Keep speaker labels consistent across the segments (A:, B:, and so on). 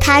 A: 他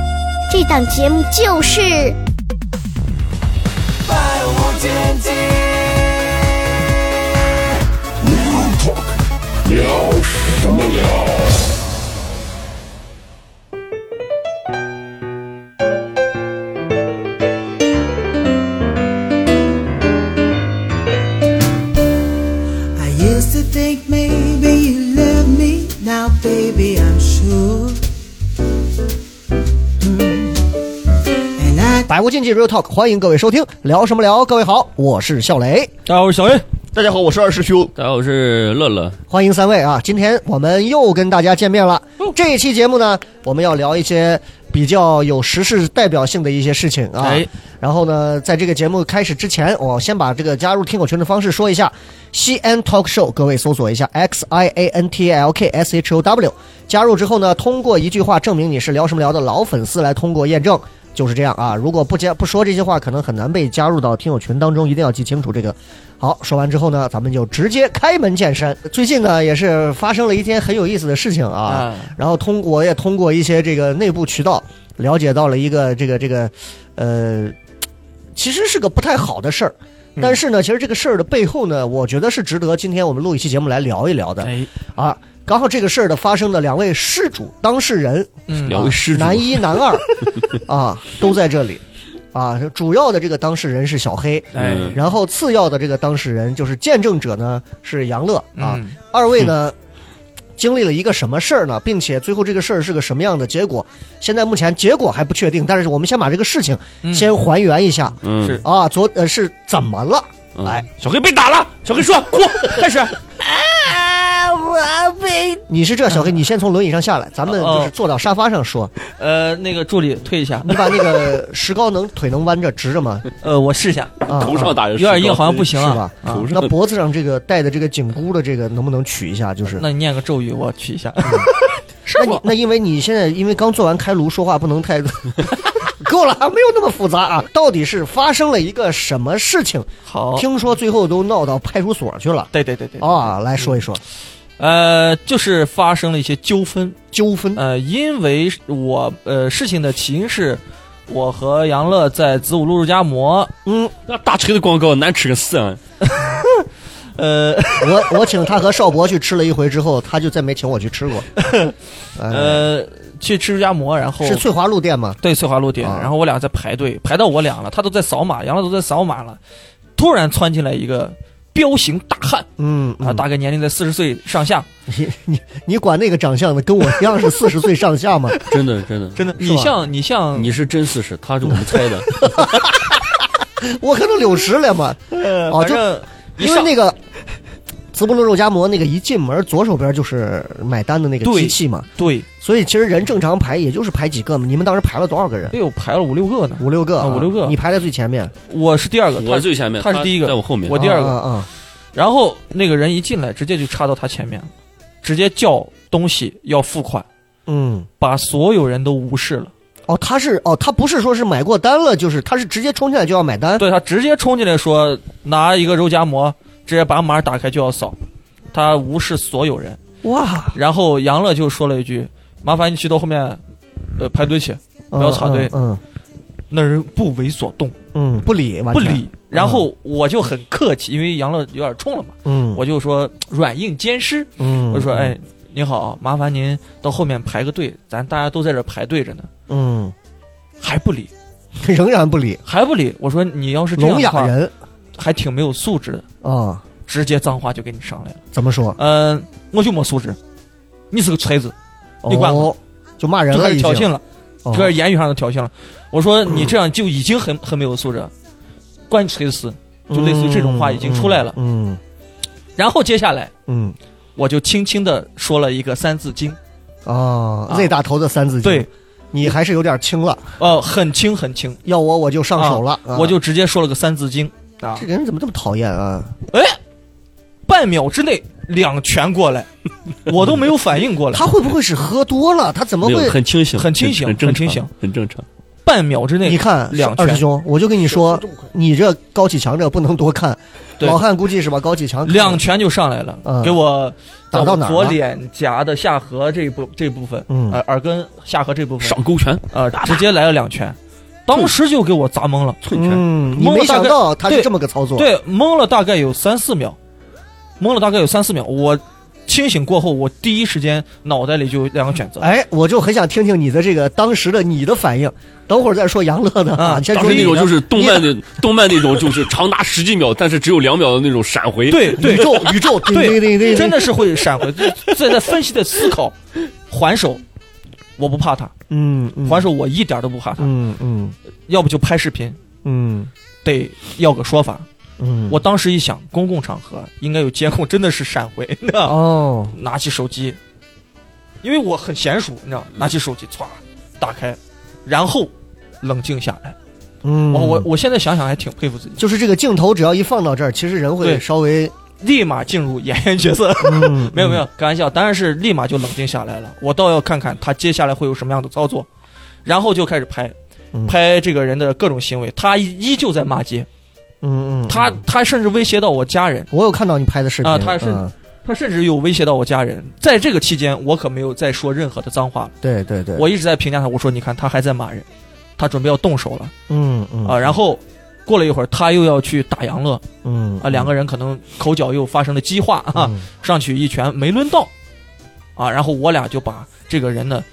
A: 这档节目就是《
B: 百无禁忌。
C: I used to think maybe you love me. Now, baby, I'm sure. Mm. And I
D: 百无禁忌 Real Talk，欢迎各位收听，聊什么聊？各位好，我是笑雷，
E: 大家好，我是小 A，
F: 大家好，我是二师兄。
E: 大家好，我是乐乐。
D: 欢迎三位啊！今天我们又跟大家见面了。这一期节目呢，我们要聊一些比较有时事代表性的一些事情啊。
E: 哎
D: 然后呢，在这个节目开始之前，我先把这个加入听友群的方式说一下。西安 Talk Show，各位搜索一下 X I A N T A L K S H O W。加入之后呢，通过一句话证明你是聊什么聊的老粉丝来通过验证，就是这样啊。如果不加不说这些话，可能很难被加入到听友群当中，一定要记清楚这个。好，说完之后呢，咱们就直接开门见山。最近呢，也是发生了一件很有意思的事情啊。然后通我也通过一些这个内部渠道了解到了一个这个这个，呃，其实是个不太好的事儿。
E: 嗯
D: 但是呢，其实这个事儿的背后呢，我觉得是值得今天我们录一期节目来聊一聊的
E: 哎，
D: 啊。刚好这个事儿的发生的两位事主当事人，
E: 两
G: 哎嗯
D: 啊
E: 位施主，
D: 男一男二 啊都在这里啊。主要的这个当事人是小黑，
E: 哎，
F: 嗯
D: 然后次要的这个当事人就是见证者呢是杨乐啊。
E: 嗯
D: 二位呢经历了一个什么事儿呢？并且最后这个事儿是个什么样的结果？现在目前结果还不确定，但是我们先把这个事情
E: 嗯
D: 先还原一下、
F: 嗯
E: 是
D: 啊。昨呃是怎么了？
F: 嗯
D: 哎，
E: 小黑被打了，小 黑说哭，开始，
D: 啊，我被你是这小
E: 嗯
D: 黑，你先从轮椅上下来，咱
E: 哦
D: 们就是坐到沙发上说。
G: 呃，那个助理退一下，
D: 你把那个石膏能腿能弯着直着吗？
G: 呃，我试一下，
D: 啊，
F: 头上打着
G: 有
F: 石膏
G: 点硬，好像不行
D: 是
G: 啊
D: 吧。
G: 啊
F: 头上
D: 那脖子上这个戴的这个紧箍的这个能不能取一下？就是，
G: 那你念个咒语，我取一下。
D: 那你那因为你现在因为刚做完开颅，说话不能太。 够了，没有那么复杂啊！到底是发生了一个什么事情？
G: 好，
D: 听说最后都闹到派出所去了
G: 对对对对，
F: 哦
D: 啊！来说一说
G: 呃，就是发生了一些纠纷，
D: 纠纷。
G: 呃，因为我呃事情的起因是，我和杨乐在子午路肉夹馍，
D: 嗯，
F: 那大锤的广告难吃个死啊！
G: 呃
D: 我我请他和邵博去吃了一回之后，他就再没请我去吃过。
F: 哎
D: 呃，
G: 呃哦去吃肉夹馍，然后
D: 是翠华路店吗？
G: 对翠华路店，
D: 啊
G: 然后我俩在排队，排到我俩了，他都在扫码，杨乐都在扫码了，突然窜进来一个彪形大汉
D: 嗯，
G: 啊，
D: 嗯
G: 大概年龄在四十岁上下，
D: 你你你管那个长相的跟我一样是四十岁上下吗？
F: 真的真 的，
G: 真的，
D: 是
G: 你
D: 吧
G: 像你像
F: 你是真四十，他是我们猜的。
D: 我可能六十了嘛，
G: 呃，
D: 哦
G: 反
D: 就
G: 正一
D: 因为
G: 上
D: 那个淄博路肉夹馍那个一进门左手边就是买单的那个
G: 对
D: 机器嘛，
G: 对，
D: 所以其实人正常排也就是排几个嘛。你们当时排了多少个人？
G: 得有哎排了五六个呢。
D: 五六个啊，
G: 啊五六个
D: 你排在最前面，
G: 我是第二个，
F: 我
G: 他
F: 最前面，
G: 他是第一个
F: 在我后面
G: 我。第二个
D: 啊啊啊
G: 然后那个人一进来，直接就插到他前面了，直接叫东西要付款，
D: 嗯。
G: 把所有人都无视了。
D: 哦，他是哦，他不是说是买过单了，就是他是直接冲进来就要买单。
G: 对他直接冲进来说拿一个肉夹馍，直接把码打开就要扫，他无视所有人。
D: 哇，
G: 然后杨乐就说了一句：“麻烦你去到后面，呃，排队去。不要插队
D: 嗯”
G: 那人不为所动，
D: 嗯，嗯不理，完
G: 不
D: 全，
G: 理。然后我就很客气，因为杨乐有点冲了嘛，
D: 嗯，
G: 我就说软硬兼施。
D: 嗯，
G: 我就说，哎，您好，麻烦您到后面排个队，咱大家都在这儿排队着呢，
D: 嗯，
G: 还不理，
D: 仍然不理，
G: 还不理。我说你要是这样
D: 聋
G: 的
D: 哑
G: 话，
D: 人
G: 还挺没有素质的，
D: 啊，
G: 直接脏话就给你上来了。
D: 怎么说？
G: 嗯、我就没素质，你是个锤子，你管我
D: 哦就骂人
G: 就
D: 了
G: 开始
D: 已经，
G: 挑衅了，
D: 哦
G: 就开始言语上的挑衅了。我说你这样就已经很很没有素质，了，关你锤子事。就类似于这种话已经出来了
D: 嗯
G: 然后接下来
D: 嗯
G: 我就轻轻的说了一个三字经，
D: 嗯啊
G: 啊
D: ，Z 大头的三字经，
G: 对，
D: 你还是有点轻了。
G: 哦，很轻很轻，
D: 要我我就上手了，啊
G: 我就直接说了个《三字经》啊
D: 这，人怎么这么讨厌啊？
G: 哎， 半秒之内两拳过来，我都没有反应过来，
D: 他会不会是喝多了？他怎么
F: 没有
D: 会？
F: 很清醒，
G: 很清醒
F: 很正
G: 很清
F: 常
G: 醒，
F: 很正常。
G: 半秒之内
D: 你看，
G: 两
D: 二师
G: 拳
D: 兄，我就跟你说，你这高启强这不能多看，
G: 对
D: 老汉估计是吧？高启强
G: 两，拳就上来了，
D: 嗯
G: 给我
D: 打到哪儿了
G: 左脸啊颊的下颌这部这部分，
D: 嗯
G: 耳耳根下颌这部分，
F: 上勾拳、
G: 呃，直接来了两拳，当时就给我砸懵了，
F: 寸拳，
D: 嗯，你
G: 蒙
D: 没
G: 了大
D: 想
G: 概
D: 到他是
G: 对
D: 这么个操作，，
G: 对，懵了大概有三四秒，懵了大概有三四秒，我清醒过后，我第一时间脑袋里就有两个选择，
D: 哎，我就很想听听你的这个当时的你的反应，等会儿再说杨乐的
G: 啊
D: 先
F: 当
D: 说
F: 时
D: 你
F: 那种
D: 的
F: 就是动漫的动漫那种，就是长达十几秒，但是只有两秒的那种闪回。，
G: 对对
D: 宇宙宇宙，对对对对，
G: 对，真的是会闪回，在在分析的思考，还手，我不怕他，
D: 嗯，嗯，
G: 还手我一点都不怕他，
D: 嗯嗯
G: 要不就拍视频，
D: 嗯
G: 得要个说法。
D: 嗯，
G: 我当时一想，公共场合应该有监控，真的是闪回， 你知道 吗
D: 哦，
G: 拿起手机，因为我很娴熟，你知道吗，拿起手机歘打开，然后冷静下来。
D: 嗯，
G: 我哦我我现在想想还挺佩服自己，
D: 就是这个镜头只要一放到这儿，其实人会
G: 对
D: 稍微
G: 立马进入演员角色。
D: 嗯
G: 没有没有，开玩笑，当然是立马就冷静下来了。我倒要看看他接下来会有什么样的操作，然后就开始拍
D: 嗯，
G: 拍这个人的各种行为。他依旧在骂街，
D: 嗯嗯，嗯
G: 他他甚至威胁到我家人。
D: 我有看到你拍的视频
G: 啊他是
D: 嗯
G: 他甚至有威胁到我家人。在这个期间，我可没有再说任何的脏话了，
D: 对对对，
G: 我一直在评价他，我说你看他还在骂人，他准备要动手了
D: 嗯嗯
G: 啊、然后。过了一会儿，他又要去打杨乐
D: 嗯
G: 啊，两个人可能口角又发生了激化啊，
D: 嗯
G: 上去一拳没抡到，啊，然后我俩就把这个人呢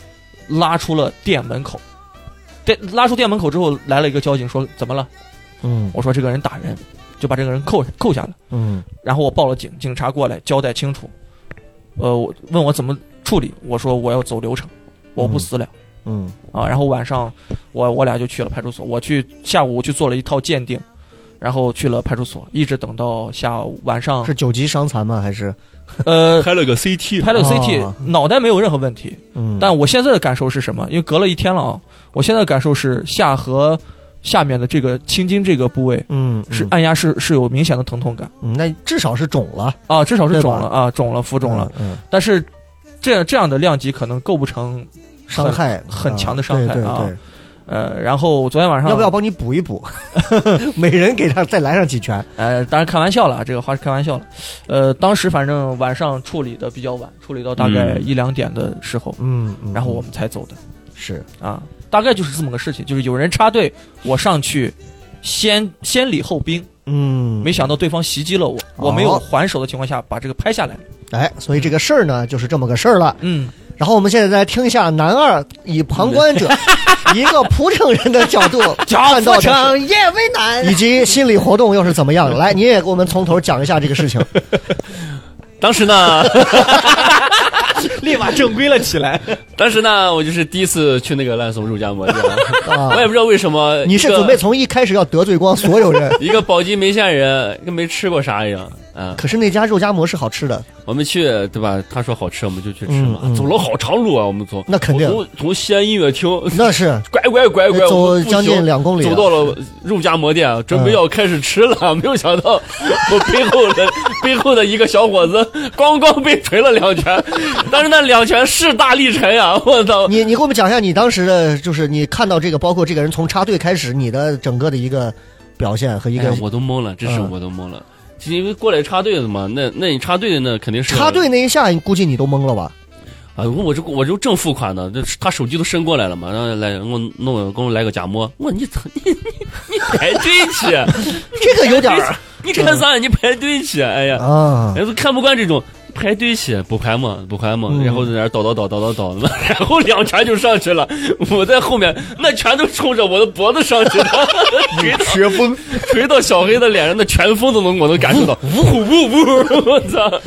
G: 拉出了店门口。店拉出店门口之后，来了一个交警说怎么了？
D: 嗯
G: 我说这个人打人，就把这个人扣扣下了。
D: 嗯
G: 然后我报了警，警察过来交代清楚，呃，我问我怎么处理，我说我要走流程，我不私了、
D: 嗯
G: 啊。然后晚上我我俩就去了派出所，我去下午我去做了一套鉴定，然后去了派出所，一直等到下午晚
D: 嗯，
G: 上，
D: 是九级伤残吗？还是
G: 呃，
F: 开了个 CT，
G: 拍了个 CT，、
D: 哦
G: 脑袋没有任何问题，
D: 嗯，
G: 但我现在的感受是什么？因为隔了一天了啊，我现在的感受是下颌下面的这个青筋这个部位
D: 嗯嗯
G: 是按压是是有明显的疼痛感
D: 嗯那至少是肿了，
G: 啊，至少
D: 对
G: 是肿
D: 吧
G: 了啊，肿了浮肿了。
D: 嗯，嗯
G: 但是这样这样的量级可能构不成
D: 伤害
G: 很
D: 啊
G: 强的伤害
D: 对对
G: 啊
D: 对，
G: 呃。然后昨天晚上
D: 要不要？帮你补一补？ 每人给他再来上几拳。
G: 呃，当然开玩笑了，这个话是开玩笑了。呃，当时反正晚上处理的比较晚，处理到大概
F: 嗯
G: 一两点的时候，
D: 嗯，嗯
G: 然后我们才走的。
D: 是
G: 啊，大概就是这么个事情，就是有人插队，我上去先先礼后兵，
D: 嗯
G: 没想到对方袭击了我，我没有还手的情况下把这个拍下来。
D: 哎，所以这个事儿呢就是这么个事儿了。
G: 嗯，
D: 然后我们现在再来听一下男二以旁观 者、一个普通人的角 度看到的
A: 夜为难
D: 事，以及心理活动又是怎么样。来，你也给我们从头讲一下这个事情。
F: 当时呢，
G: 立马正规了起来。
F: 当时呢，我就是第一次去那个烂怂肉夹馍店，
D: 啊
F: 我也不知道为什么。
D: 你是
F: 一个
D: 准备从一开始要得罪光所有 人？
F: 一个宝鸡眉县人，跟没吃过啥一样啊？
D: 可是那家肉夹馍是好吃 的，
F: 我们去对吧？他说好吃，我们就去吃
D: 嗯
F: 嘛。
D: 嗯
F: 走了好长路啊，我们从
D: 那肯定
F: 我从从西安音乐厅
D: 那是
F: 拐拐拐拐，我
D: 走
F: 们不
D: 将近
F: 行
D: 两公里啊嗯
F: 走到了肉夹馍店，准备要开始吃了， 没有想 到我背后的背后的一个小伙子咣咣被捶了两拳，但是那两拳势大力沉呀、 我操！
D: 你你给我们讲一下你当时的，就是你看到这个，包括这个人从插队开始，你的整个的一个表现和一
F: 哎
D: 个、
F: 呀，我都懵了，真是
D: 嗯
F: 我都懵了，就因为过来插队的嘛，那那你插队的那肯定是
D: 插队那一下，你估计你都懵了吧？
F: 啊！我我这我就正付款呢，这他手机都伸过来了嘛，然后来给我弄给我来个夹馍，我你操 你你你排队 去，
D: 这个有点儿嗯
F: 你干啥？你排队去，哎呀！
D: 啊，
F: 人都看不惯这种排队去，不排嘛，不排嘛，
D: 嗯
F: 然后在那儿倒倒倒倒倒倒， 然后两拳就上去了，我在后面那拳都冲着我的脖子上去了，捶到
B: 学风，
F: 捶到小黑的脸上，那拳风都能我能感受到，呜呜呜，我操！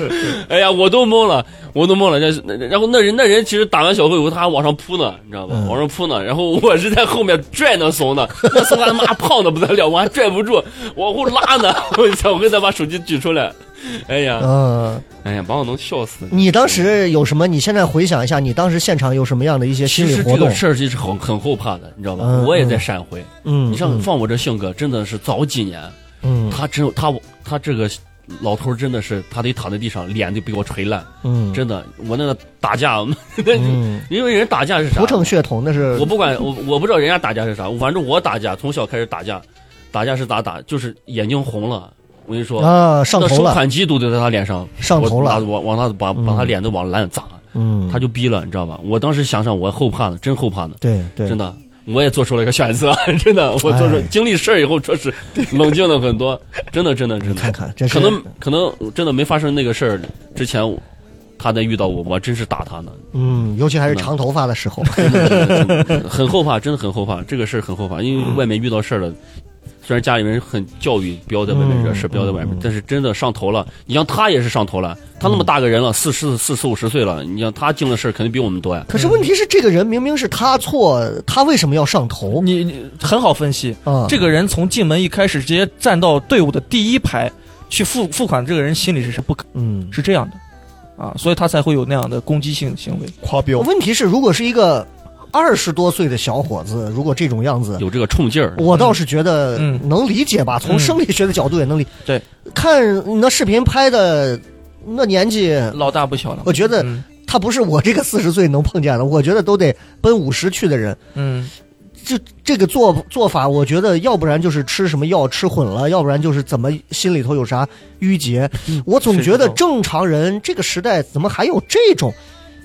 F: 哎呀，我都懵了，我都懵了。这然后那人那人其实打完小黑以后，他还往上扑呢，你知道吧？往上扑呢，然后我是在后面拽那怂呢，那怂他妈胖的不得了，我还拽不住，往后拉呢，我操！我给他把手机举出来。哎呀，
D: 嗯，
F: 哎呀，把我能笑死。
D: 你当时有什么？你现在回想一下，你当时现场有什么样的一些
F: 其
D: 心理
F: 实
D: 活
F: 这
D: 动
F: 个？事儿其实很很后怕的，你知道吧？
D: 嗯
F: 我也在闪回。
D: 嗯，
F: 你像
D: 嗯
F: 放我这性格，真的是早几年，
D: 嗯
F: 他真他他这个老头儿真的是，他得躺在地上，脸都被我捶烂。
D: 嗯
F: 真的，我那个打架，那
D: 嗯，
F: 因为人打架是啥
D: 不？逞血统那是
F: 我不管，我我不知道人家打架是啥，反正我打架从小开始打架，打架是咋打？就是眼睛红了，我跟你说，
D: 啊上
F: 那
D: 头
F: 收
D: 了，
F: 款机都得在他脸上，
D: 上头
F: 我
D: 了
F: 拿，往往他把
D: 嗯
F: 把他脸都往烂砸，
D: 嗯，
F: 他就逼了，你知道吧？我当时想想，我后怕呢，真后怕呢，
D: 对对，
F: 真的。我也做出了一个选择， 真的，我做出
D: 哎
F: 经历事儿以后，确实冷静了很多，真的，真的，真的。
D: 看看这是
F: 可能可能真的没发生那个事儿之前，他再遇到我，我真是打他呢，
D: 嗯，尤其还是长头发的时 候，
F: 真的真的 很后怕，真的很后怕，这个事儿很后怕，因为外面遇到事儿了。虽然家里人很教育，不要在外面惹事，
D: 嗯
F: 不要在外
D: 嗯
F: 面，但是真的上头了。你像他也是上头了，他那么大个人了，四十四四五十岁了，你像他经的事儿肯定比我们多呀。
D: 可是问题是，这个人明明是他错，他为什么要上头
G: 你你很好分析，
D: 啊？
G: 这个人从进门一开始直接站到队伍的第一排去付付款，这个人心里是是不
D: 嗯，
G: 是这样的啊，所以他才会有那样的攻击性行为。
B: 夸标，
D: 问题是，如果是一个二十多岁的小伙子，如果这种样子，
F: 有这个冲劲 儿，
D: 我倒是觉得
G: 嗯
D: 能理解吧，从生理学的角度也能理。
G: 对，
D: 看你那视频拍的那年纪，
G: 老大不小了，
D: 我觉得
G: 嗯
D: 他不是我这个四十岁能碰见的，我觉得都得奔五十去的人，
G: 嗯，
D: 这这个做做法，我觉得要不然就是吃什么药吃混了，要不然就是怎么心里头有啥郁结。
G: 嗯
D: 我总觉得正常人这个时代怎么还有这种？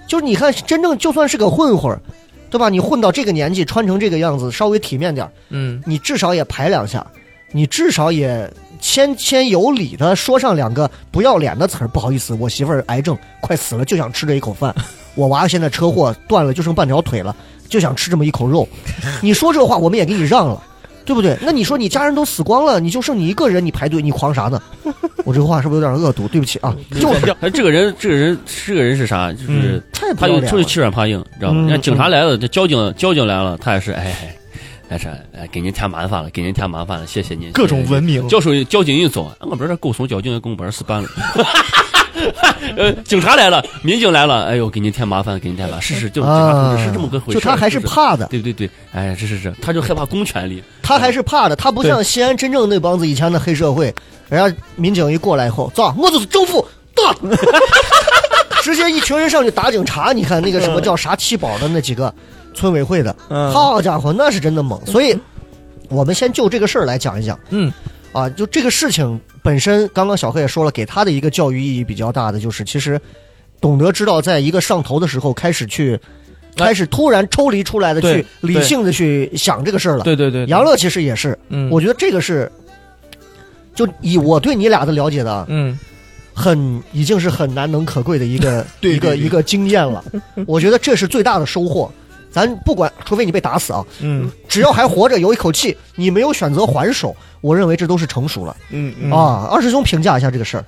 D: 就是你看，真正就算是个混混儿，对吧？你混到这个年纪，穿成这个样子，稍微体面点儿，
G: 嗯，
D: 你至少也排两下，你至少也谦谦有礼的说上两个不要脸的词儿。不好意思，我媳妇儿癌症快死了，就想吃这一口饭。我娃现在车祸断了，就剩半条腿了，就想吃这么一口肉。你说这话，我们也给你让了，对不对？那你说你家人都死光了，你就剩你一个人，你排队，你狂啥呢？我这个话是不是有点恶毒？对不起啊，就是嗯
F: 哎，这个人，这个人，这个人是啥？就是
D: 太不
F: 他
D: 要
F: 有
D: 脸
F: 就是
D: 了。
F: 欺软怕硬，知道吧？
D: 嗯
F: 人家警察来了，这交警交警来了，他也是哎哎，哎是哎给您添麻烦了，给您添麻烦了，谢谢您。
B: 各种
F: 谢谢
B: 文明
F: 您。，交手交警一走，俺们这儿够怂，交警也跟我们是班了。 呃，警察来了，民警来了，哎呦，给您添麻烦，给您添麻烦，是是，就是警察同志是这么个回事
D: 啊就
F: 儿。
D: 他还是
F: 就
D: 怕的，
F: 对对对，哎，这是这，他就害怕公权力，
D: 他还是怕的，他不像西安真正那帮子以前的黑社会，人家民警一过来以后，走，我就是政府，打， 直接一群人上去打警察。你看那个什么叫啥七宝的那几个村委会的，
G: 嗯
D: 好家伙，那是真的猛。所以，我们先就这个事儿来讲一讲。
G: 嗯，
D: 啊，就这个事情本身，刚刚小黑也说了，给他的一个教育意义比较大的就是，其实懂得知道，在一个上头的时候，开始去。开始突然抽离出来的
G: 哎对
D: 去理
G: 对
D: 性的去想这个事儿了，
G: 对对对，对
D: 杨，乐其实也是，
G: 嗯，
D: 我觉得这个是，就以我对你俩的了解的啊，
G: 嗯，
D: 很已经是很难能可贵的一 个
B: 对
D: 一个
B: 对对
D: 一个经验了。 我觉得这是最大的收获。咱不管，除非你被打死啊，
G: 嗯
D: 只要还活着，有一口气，你没有选择还手，我认为这都是成熟了
B: 嗯嗯，
D: 啊。二师兄评价一下这个事儿，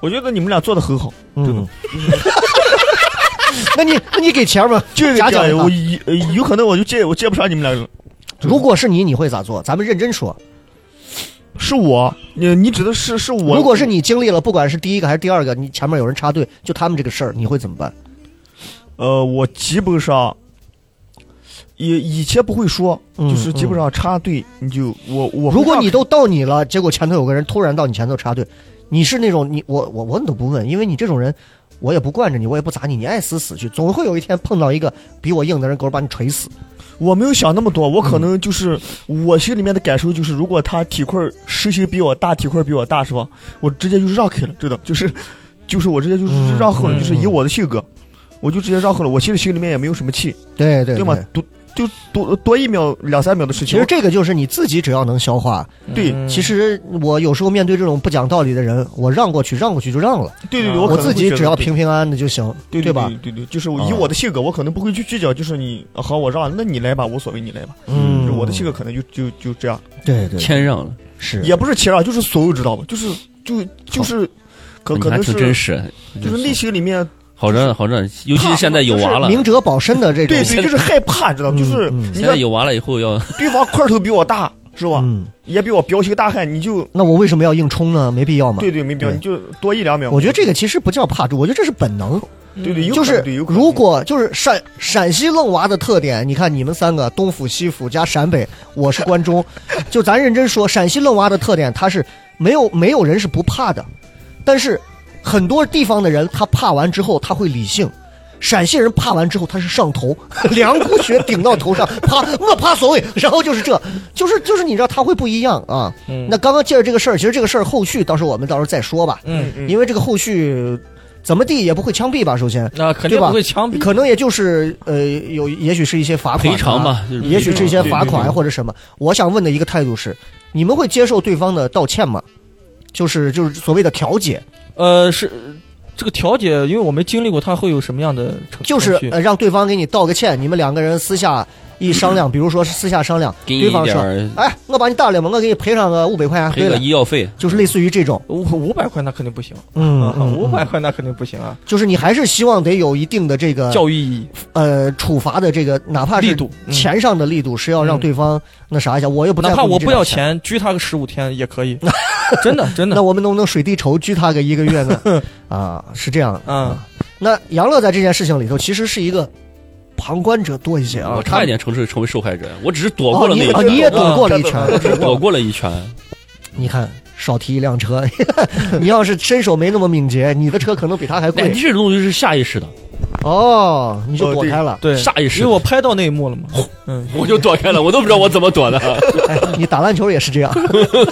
B: 我觉得你们俩做的很好，对
D: 嗯
B: 吧，
D: 那你那你给钱吗？
B: 就是
D: 假
B: 这
D: 假
B: 样，
D: 的
B: 我有呃有可能我就借我借不上你们俩，
D: 如果是你，你会咋做？咱们认真说。
B: 是我，你你指的是是我，
D: 如果是你经历了，不管是第一个还是第二个，你前面有人插队，就他们这个事儿，你会怎么办？
B: 呃，我基本上以以前不会说，
D: 嗯
B: 就是基本上插队你就我我
D: 如果你都到你了，结果前头有个人突然到你前头插队，你是那种你我我我都不问，因为你这种人，我也不惯着你，我也不砸你，你爱死死去，总会有一天碰到一个比我硬的人，给我把你锤死。
B: 我没有想那么多，我可
D: 嗯
B: 能就是、我心里面的感受就是，如果他体块儿身形比我大，体块儿比我大是吧？我直接就让开了，真的就是就是我直接就是
D: 嗯
B: 让后了，
G: 嗯
B: 就是以我的性格，我就直接让后了，我心里心里面也没有什么气，
D: 对对
B: 对吗？多就多多一秒两三秒的事
D: 其
B: 情
D: 实，这个就是你自己只要能消化。
B: 对
G: 嗯
D: 其实我有时候面对这种不讲道理的人，我让过去，让过去就让了，
B: 对对对，
G: 我
B: 可
D: 啊我
B: 能
D: 自己
B: 会觉得
D: 只要
B: 对
D: 平平安安的就行，
B: 对
D: 吧？
B: 对对对，就是我以我的性格，我可能不会去计较，就是你啊好，我让，那你来吧，无所谓，你来吧。
D: 嗯
B: 就我的性格可能就就就这样，
D: 对对
F: 嗯谦让了，
D: 是
B: 也不是谦让，就是所有知道吧，就是就就是，可
F: 你
B: 可
F: 还
B: 能
F: 挺真
B: 是
F: 实，
B: 就是内心里面
F: 好着呢好着呢，尤其是现在有娃了，
D: 明哲保身的这种
B: 对。对，就是害怕，知道吗？就是
D: 嗯嗯
B: 你
F: 现
B: 看
F: 在有娃了以后要
B: 对方块头比我大，是吧？
D: 嗯，
B: 也比我彪形大汉，你就
D: 那我为什么要硬冲呢？没必要嘛。
B: 对对没必要，
D: 对
B: 你就多一两秒。
D: 我觉得这个其实不叫怕猪，我觉得这是本能，
B: 对对，有
D: 就
B: 可
D: 是
B: 能对有可能
D: 如果就是陕陕西愣娃的特点，你看你们三个东府、西府加陕北，我是关中， 就咱认真说，陕西愣娃的特点，他是没有没有人是不怕的，但是很多地方的人他怕完之后他会理性。陕西人怕完之后，他是上头， 凉骨血顶到头上，怕我怕所谓，然后就是这，就是就是你知道他会不一样啊。
G: 嗯
D: 那刚刚借着这个事儿，其实这个事儿后续到时候我们到时候再说吧。
G: 嗯，
B: 嗯
D: 因为这个后续怎么地也不会枪毙吧？首先，
G: 那肯定
D: 对吧
G: 不会枪毙。
D: 可能也就是呃，有也许是一些罚款啊、
F: 赔偿吧就是
D: 也许是一些罚款
B: 对对
D: 啊
B: 对
D: 或者什么。我想问的一个态度是，你们会接受对方的道歉吗？就是就是所谓的调解，
G: 呃，是呃这个调解，因为我没经历过，他会有什么样的程
D: 就是
G: 程序
D: 呃让对方给你道个歉，你们两个人私下一商量，比如说是私下商量，
F: 给你
D: 对
F: 一
D: 方
F: 点
D: 说，
F: 儿
D: 哎，我把你打了嘛，我给你赔上个五百块钱，
F: 赔
D: 对
F: 个
D: 了，
F: 医药费，
D: 就是类似于这种，
G: 五五百块那肯定不行，
D: 嗯
G: 啊，
D: 嗯
G: 五百
D: 嗯
G: 块那肯定不行啊，
D: 就是你还是希望得有一定的这个
G: 教育意义。
D: 呃处罚的这个，哪怕是
G: 力度嗯
D: 钱上的力度是要让对方那啥一下，我又不在
G: 哪
D: 乎
G: 怕
D: 你
G: 我
D: 这
G: 不
D: 点
G: 要
D: 钱，
G: 钱，拘他个十五天 也可以，真的真
D: 那
G: 的。
D: 我们能不能水滴筹拘他个一个月 呢？啊，是这样。
G: 嗯，
D: 那杨乐在这件事情里头其实是一个旁观者多一些啊，
F: 我差一点成是成为受害者，我只是躲过
D: 哦，
F: 了那
D: 你
F: 一
D: 哦
F: 拳，
D: 你也躲过了一
B: 我
D: 拳，
F: 只是躲过了一 拳。哎
D: 你看。少提一辆车， 你要是身手没那么敏捷，你的车可能比他还
F: 哎，
D: 贵
F: 这种东西是下意识的，
D: 哦，你就躲开了。
G: 对，
F: 下意识
G: 因为我拍到那一幕了嘛。嗯，
F: 我就躲开了，我都不知道我怎 么躲的。
D: 哎，你打篮球也是这样，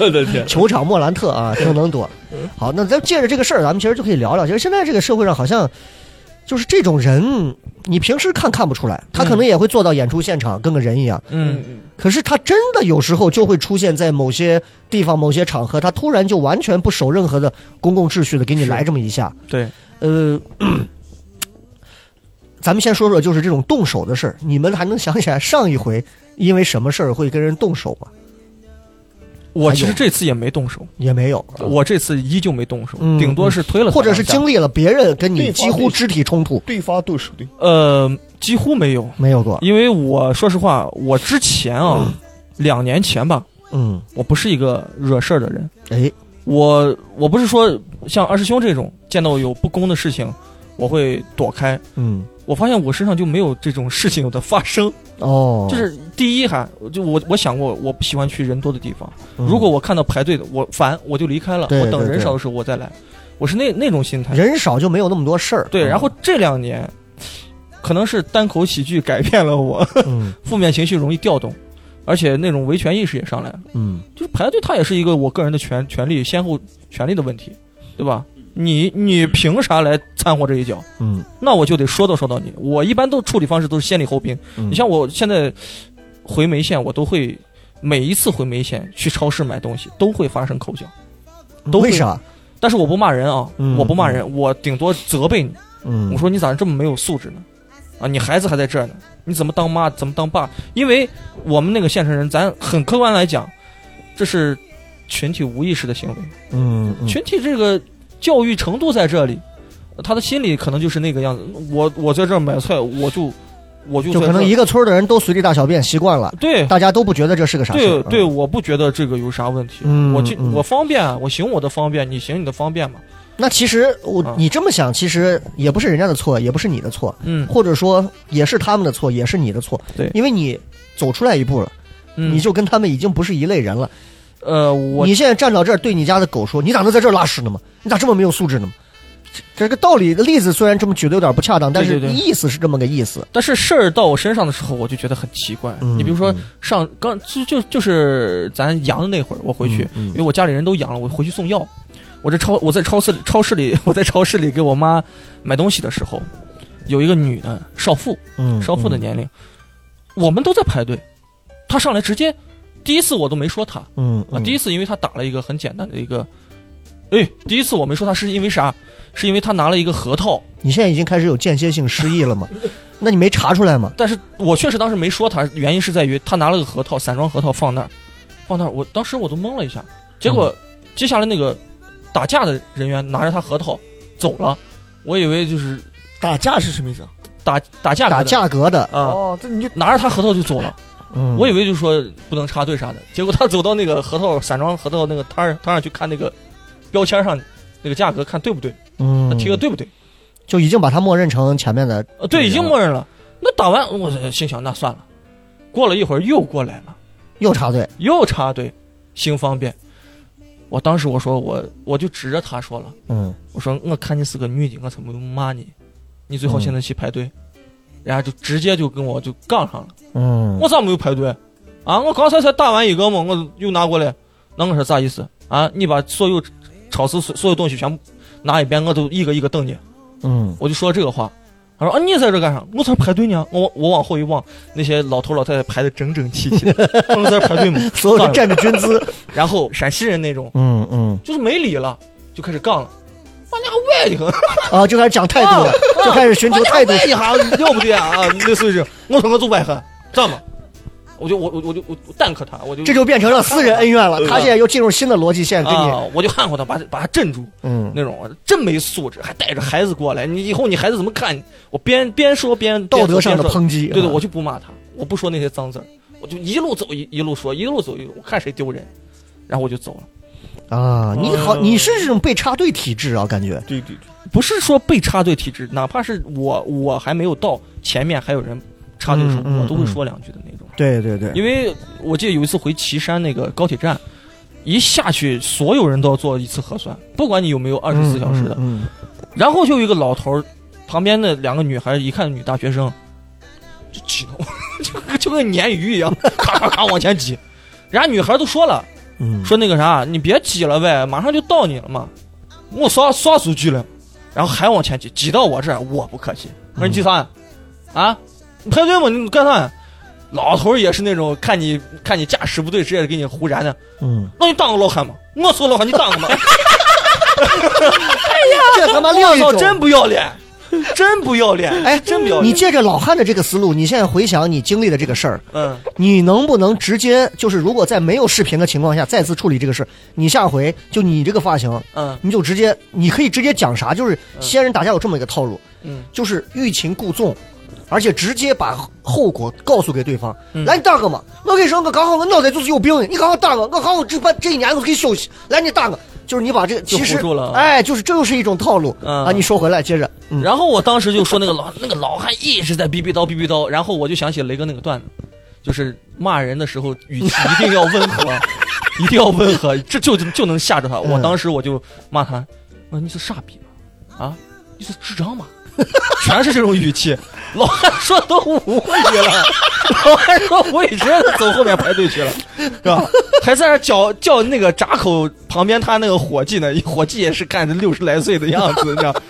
F: 我的天，
D: 球场莫兰特啊，都能躲。好，那咱借着这个事儿，咱们其实就可以聊聊。其实现在这个社会上，好像就是这种人，你平时看看不出来，他可能也会坐到演出现场，跟个人一样。
G: 嗯，
D: 可是他真的有时候就会出现在某些地方、某些场合，他突然就完全不守任何的公共秩序的，给你来这么一下。
G: 对，
D: 呃，咱们先说说就是这种动手的事儿，你们还能想起来上一回因为什么事儿会跟人动手吗？
G: 我
D: 还
G: 其
D: 有
G: 实这次也没动手，
D: 也没有，
G: 我这次依旧没动手，
D: 哎嗯
G: 顶多是推了他
D: 或者是
G: 两下
D: 经历了别人跟你
B: 对
D: 几乎肢体冲突，
B: 对方动手对，
G: 呃几乎没有，
D: 没有过。
G: 因为我说实话，我之前啊，两年前吧，
D: 嗯，
G: 我不是一个惹事儿的人，
D: 哎，
G: 我我不是说像二师兄这种见到有不公的事情，我会躲开。
D: 嗯，
G: 我发现我身上就没有这种事情的发生，
D: 哦，
G: 就是第一还就我我想过我不喜欢去人多的地方，
D: 嗯
G: 如果我看到排队的我烦我就离开了，
D: 对
G: 我等
D: 对
G: 人
D: 对
G: 少的时候我再来，我是那那种心态。
D: 人少就没有那么多事儿。
G: 对，
D: 嗯
G: 然后这两年可能是单口喜剧改变了我
D: 嗯
G: 负面情绪容易调动，而且那种维权意识也上来了。
D: 嗯
G: 就是排队，它也是一个我个人的权权利先后权利的问题，对吧？你你凭啥来掺和这一脚？
D: 嗯，
G: 那我就得说道说道你。我一般都处理方式都是先礼后兵。
D: 嗯
G: 你像我现在回梅县，我都会每一次回梅县去超市买东西都会发生口角，都会
D: 嗯为啥？
G: 但是我不骂人啊，
D: 嗯
G: 我不骂人，我顶多责备你。
D: 嗯，
G: 我说你咋这么没有素质呢？啊，你孩子还在这儿呢，你怎么当妈，怎么当爸？因为我们那个县城人，咱很客观来讲，这是群体无意识的行为，
D: 嗯，嗯
G: 群体这个教育程度在这里，他的心理可能就是那个样子。我我在这儿买菜，我就我就
D: 就
G: 在
D: 可能
G: 这儿
D: 一个村儿的人都随地大小便习惯了，
G: 对
D: 大家都不觉得这是个啥事
G: 对
D: 儿。
G: 对，
D: 嗯，
G: 我不觉得这个有啥问题。
D: 嗯
G: 我就
D: 嗯
G: 我方便啊，我行我的方便，你行你的方便嘛。
D: 那其实我
G: 啊
D: 你这么想，其实也不是人家的错，也不是你的错，
G: 嗯，
D: 或者说也是他们的错，也是你的错。
G: 对
D: 因为你走出来一步了，
G: 嗯
D: 你就跟他们已经不是一类人了。
G: 呃，我
D: 你现在站到这儿，对你家的狗说：“你咋能在这儿拉屎呢嘛？你咋这么没有素质呢嘛？”这这个道理的例子虽然这么举的有点不恰当，但是
G: 对对对
D: 意思是这么个意思。
G: 但是事儿到我身上的时候，我就觉得很奇怪。
D: 嗯
G: 你比如说
D: 嗯
G: 上刚就就就是咱阳的那会儿，我回去，
D: 嗯嗯
G: 因为我家里人都阳了，我回去送药。我这超我在超市里超市里 我在超市里给我妈买东西的时候，有一个女的少妇，
D: 嗯，
G: 少妇的年龄，我们都在排队，她上来直接第一次我都没说她
D: 嗯，嗯
G: 啊，第一次因为她打了一个很简单的一个，哎，第一次我没说她是因为啥，是因为她拿了一个核桃。
D: 你现在已经开始有间歇性失忆了嘛？那你没查出来吗？
G: 但是我确实当时没说他，原因是在于他拿了个核桃，散装核桃放那儿，放那儿，我当时我都懵了一下。结果、接下来那个打架的人员拿着他核桃走了，我以为就是
B: 打架是什么意思啊？
G: 打打架
D: 打
G: 来的
D: 价格的，
G: 啊，
B: 哦，这你就
G: 拿着他核桃就走了。
D: 嗯
G: 我以为就说不能插队啥的，结果他走到那个核桃散装核桃那个摊儿摊上去看那个标签上那个价格，看对不对，他
D: 嗯，
G: 贴个对不对？
D: 就已经把它默认成前面的，
G: 呃，对，已经默认了。那打完，我心想那算了。过了一会儿又过来了，
D: 又插队，
G: 又插队，新方便。我当时我说我我就指着他说了，
D: 嗯
G: 我说我看你是个女的，我才没有骂你，你最好现在去排队。人家就直接就跟我就杠上了，
D: 嗯，
G: 我咋没有排队？啊，我刚才才打完一个嘛，我又拿过来，那我说啥意思？啊，你把所有超市所所有东西全部拿一遍，我都一个一个等你。
D: 嗯
G: 我就说这个话。他说啊，你在这干啥？我在这排队呢。我我往后一望，那些老头老太太排的整整齐齐的，他们在这排队嘛。
D: 所有人站着军姿，
G: 然后 陕西人那种
D: 嗯嗯，
G: 就是没理了，就开始杠了。往家喂你个，
D: 啊，就开始讲态度了，就开始寻求态度
G: 往，家喂一下，要不对啊 啊，类似于这种。我说我就外汉，这样吧，我就我我我就我我蛋克他，我就
D: 这就变成了私人恩怨了。他现在又进入新的逻辑线，给你，
G: 嗯啊，我就handle 他，把把他镇住。
D: 嗯，
G: 那种真没素质，还带着孩子过来，你以后你孩子怎么看？我边边说边
D: 道德上的
G: 边说
D: 抨击
G: 对对，
D: 啊
G: 我就不骂他，我不说那些脏字儿，我就一路走一一路说，一路走一路，我看谁丢人，然后我就嗯走了。
D: 啊，你好，你是这种被插队体质啊，感觉，
B: 对对对，
G: 不是说被插队体质，哪怕是我我还没有到前面还有人插队的时候，
D: 嗯嗯
G: 我都会
D: 嗯
G: 说两句的那种。
D: 对对对，
G: 因为我记得有一次回岐山那个高铁站，一下去所有人都要做一次核酸，不管你有没有二十四小时的。
D: 嗯，
G: 然后就有一个老头儿，旁边的两个女孩儿一看女大学生，就挤得我， 就跟就跟鲶鱼一样，咔咔咔往前挤。人家女孩儿都说了，
D: 嗯，
G: 说那个啥，你别挤了呗，马上就到你了嘛。我刷刷出去了，然后还往前挤，挤到我这儿，我不客气。我说你挤啥呀？啊，你排队吗？你干啥呀？老头儿也是那种看你看你架势不对，直接给你胡燃的。
D: 嗯，
G: 那你当个老汉嘛？我说老汉，你当个嘛？
D: 这他妈另一
G: 哎我
D: 种
G: 操，真不要脸，真不要脸！
D: 哎，
G: 真不要
D: 你
G: 脸。
D: 借着老汉的这个思路，你现在回想你经历的这个事儿，
G: 嗯，
D: 你能不能直接就是，如果在没有视频的情况下再次处理这个事儿，你下回就你这个发型，
G: 嗯
D: 你就直接，你可以直接讲啥？就是西安人打架有这么一个套路，
G: 嗯，
D: 就是欲擒故纵，而且直接把后果告诉给对方。
G: 嗯
D: 来，你打个嘛！我跟你说，我刚好我脑袋就是有病的，你刚好打个，我刚好这把这一年我可以休息。来，你打个，就是你把这个
G: 就
D: 其实
G: 唬住了啊
D: 哎，就是这又是一种套路、
G: 嗯
D: 啊！你说回来，接着，嗯
G: 然后我当时就说那个老那个老汉一直在逼逼叨逼逼叨，然后我就想起雷哥那个段子，就是骂人的时候语气一定要温和， 一定要温和，这就就能吓着他。我
D: 嗯
G: 当时我就骂他，我说你是傻逼吗？啊，你是智障吗？ 全是这种语气，老汉说都无语了，老汉说我已经走后面排队去了，是吧？还在那儿叫叫那个闸口旁边他那个伙计呢，伙计也是看着六十来岁的样子，你知道。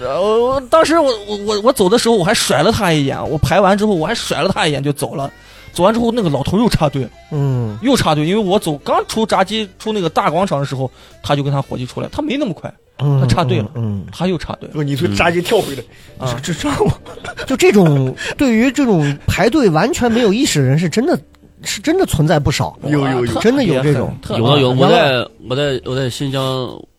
G: 然后我当时我我我我走的时候我还甩了他一眼，我排完之后我还甩了他一眼就走了。走完之后，那个老头又插队，
D: 嗯
G: 又插队，因为我走刚出闸机出那个大广场的时候，他就跟他伙计出来，他没那么快，
D: 嗯
G: 他插队了
D: 嗯，
G: 他又插队 了。
B: 说你从闸机跳回来，
G: 嗯
D: 啊
B: 你说这账吗？
D: 嗯就这种对于这种排队完全没有意识的人，是真的是真的存在不少，
B: 有有有
D: 真的有这种。
G: 特
F: 有啊有，
D: 啊
F: 我在我在我在新疆，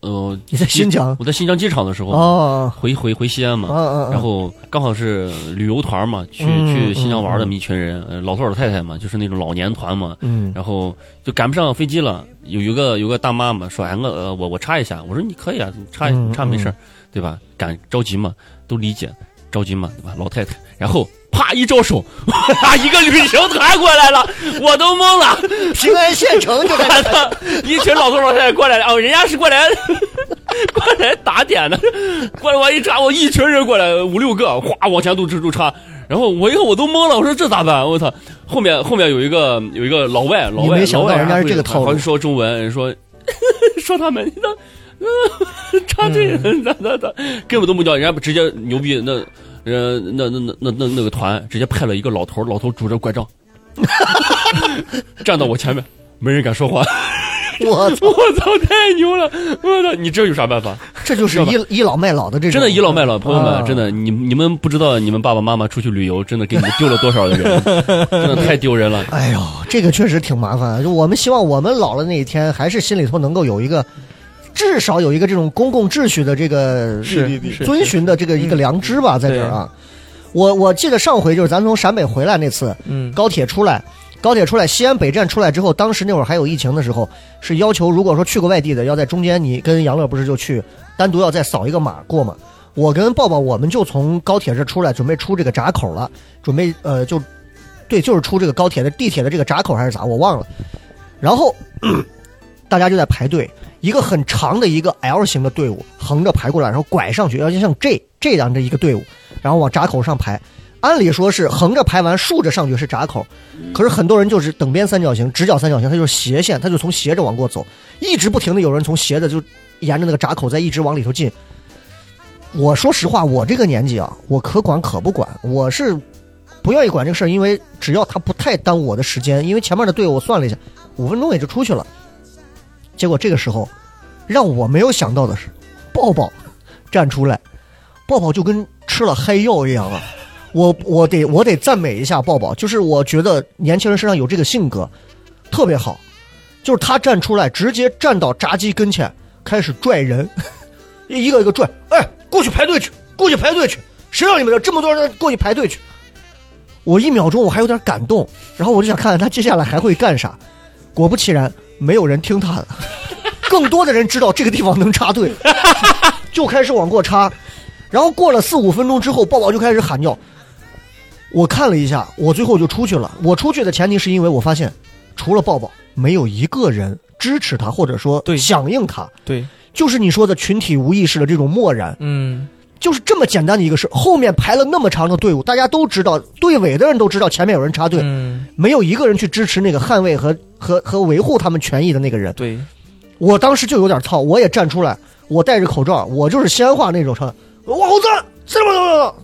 F: 呃，
D: 你在新疆
F: 我在新疆机场的时候，
D: 哦，
F: 回回回西安嘛，
D: 嗯
F: 然后刚好是旅游团嘛，去
D: 嗯
F: 去新疆玩的一群人，呃老头老太太嘛，就是那种老年团嘛，
D: 嗯
F: 然后就赶不上飞机了，有有个有个大妈嘛，说哎我呃我我插一下，我说你可以啊，你插
D: 嗯
F: 一插没事儿，对吧？赶着急嘛，都理解，着急嘛，对吧？老太太，然后啪一招手， 哇，一个旅行团过来了，我都懵了。
D: 嗯，平安县城 就在
F: 我操！一群老头老太太过来了，哦，人家是过来 过来打点的，过来我一查，我一群人过来，五六个，哗往前都直都插。然后我一看我都懵了，我说这咋办？我操！后面后面有一个有一个老外，老
D: 你
F: 外
D: 没想到
F: 老外
D: 人家是
F: 会
D: 这个套路
F: 好像说中文，说 说他们，那呃 插队，
D: 嗯
F: 咋咋咋，根本都不叫，人家直接牛逼那。呃，那那那那那那个团直接派了一个老头儿，老头拄着拐杖， 站到我前面，没人敢说话。
D: 我操，
F: 我操，太牛了！我操，你这有啥办法？
D: 这就是倚倚老卖老的这种，
F: 真的倚老卖老，朋友
D: 啊
F: 们，真的，你你们不知道你们爸爸妈妈出去旅游，真的给你们丢了多少的人，真的太丢人了。
D: 哎呦，这个确实挺麻烦。就我们希望我们老了那一天，还是心里头能够有一个，至少有一个这种公共秩序的这个
B: 是对对对
D: 遵循的这个一个良知吧，在这儿啊。我我记得上回就是咱从陕北回来那次，
G: 嗯
D: 高铁出来，高铁出来，西安北站出来之后，当时那会儿还有疫情的时候，是要求如果说去过外地的，要在中间你跟杨乐不是就去单独要再扫一个码过嘛。我跟抱抱我们就从高铁这出来，准备出这个闸口了，准备呃就对，就是出这个高铁的地铁的这个闸口还是咋，我忘了。然后 咳大家就在排队，一个很长的一个 L 型的队伍横着排过来，然后拐上去，要像 J 这样的一个队伍，然后往闸口上排。按理说是横着排完，竖着上去是闸口，可是很多人就是等边三角形、直角三角形，它就是斜线，它就从斜着往过走，一直不停的有人从斜的就沿着那个闸口再一直往里头进。我说实话，我这个年纪啊，我可管可不管，我是不愿意管这个事儿，因为只要他不太耽误我的时间，因为前面的队伍我算了一下，五分钟也就出去了。结果这个时候，让我没有想到的是，抱抱站出来，抱抱就跟吃了嗨药一样啊！我我得我得赞美一下抱抱，就是我觉得年轻人身上有这个性格，特别好。就是他站出来，直接站到闸机跟前，开始拽人，一个一个拽，哎，过去排队去，过去排队去，谁让你们这这么多人过去排队去？我一秒钟我还有点感动，然后我就想看看他接下来还会干啥。果不其然，没有人听他的，更多的人知道这个地方能插队，就开始往过插。然后过了四五分钟之后，抱抱就开始喊叫。我看了一下，我最后就出去了。我出去的前提是因为我发现，除了抱抱，没有一个人支持他，或者说
G: 对
D: 响应他，
G: 对，
D: 就是你说的群体无意识的这种漠然。
G: 嗯，
D: 就是这么简单的一个事。后面排了那么长的队伍，大家都知道，队尾的人都知道前面有人插队，
G: 嗯，
D: 没有一个人去支持那个捍卫和和和维护他们权益的那个人。
G: 对，
D: 我当时就有点操，我也站出来，我戴着口罩，我就是西安话那种唱，往后站，站吧站吧站吧。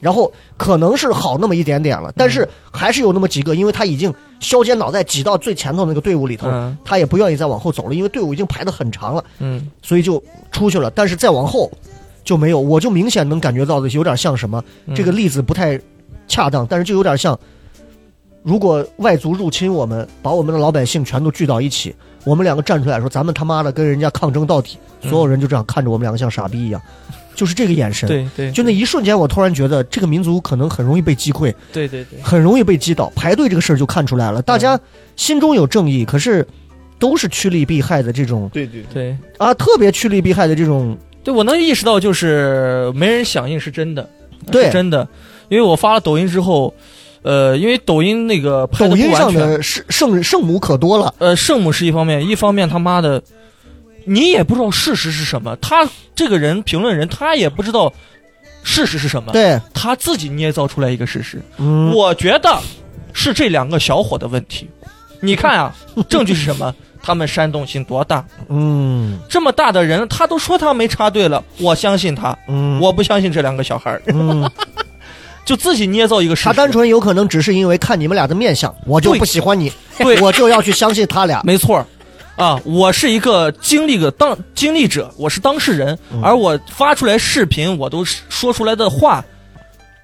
D: 然后可能是好那么一点
G: 嗯
D: 点了，但是还是有那么几个，因为他已经削尖脑袋挤到最前头那个队伍里头，
G: 嗯
D: 他也不愿意再往后走了，因为队伍已经排得很长了。
G: 嗯，
D: 所以就出去了。但是再往后就没有，我就明显能感觉到的有点像什么，
G: 嗯
D: 这个例子不太恰当，但是就有点像，如果外族入侵我们，把我们的老百姓全都聚到一起，我们两个站出来说，咱们他妈的跟人家抗争到底，所有人就这样看着我们两个像傻逼一样，就是这个眼神。
G: 对对，
D: 就那一瞬间，我突然觉得这个民族可能很容易被击溃，
G: 对对对，
D: 很容易被击倒。排队这个事儿就看出来了，大家心中有正义，可是都是趋利避害的这种
B: 对对对，
G: 对
D: 啊，特别趋利避害的这种
G: 对，我能意识到就是没人响应是真的，
D: 对
G: 是真的，因为我发了抖音之后，呃，因为抖音那个拍得
D: 抖
G: 不
D: 音
G: 完
D: 上
G: 全
D: 的圣圣圣母可多了，
G: 呃，圣母是一方面，一方面他妈的，你也不知道事实是什么。他这个人，评论人，他也不知道事实是什么，
D: 对，
G: 他自己捏造出来一个事实。
D: 嗯，
G: 我觉得是这两个小伙的问题。你看啊，证据是什么？他们煽动性多大？
D: 嗯
G: 这么大的人，他都说他没插队了，我相信他，
D: 嗯，
G: 我不相信这两个小孩儿，
D: 嗯，
G: 就自己捏造一个事实。
D: 他单纯有可能只是因为看你们俩的面相，我就不喜欢你，
G: 对
D: 我就要去相信他俩，
G: 没错儿，啊，我是一个经历个当经历者，我是当事人，
D: 嗯
G: 而我发出来视频，我都是说出来的话，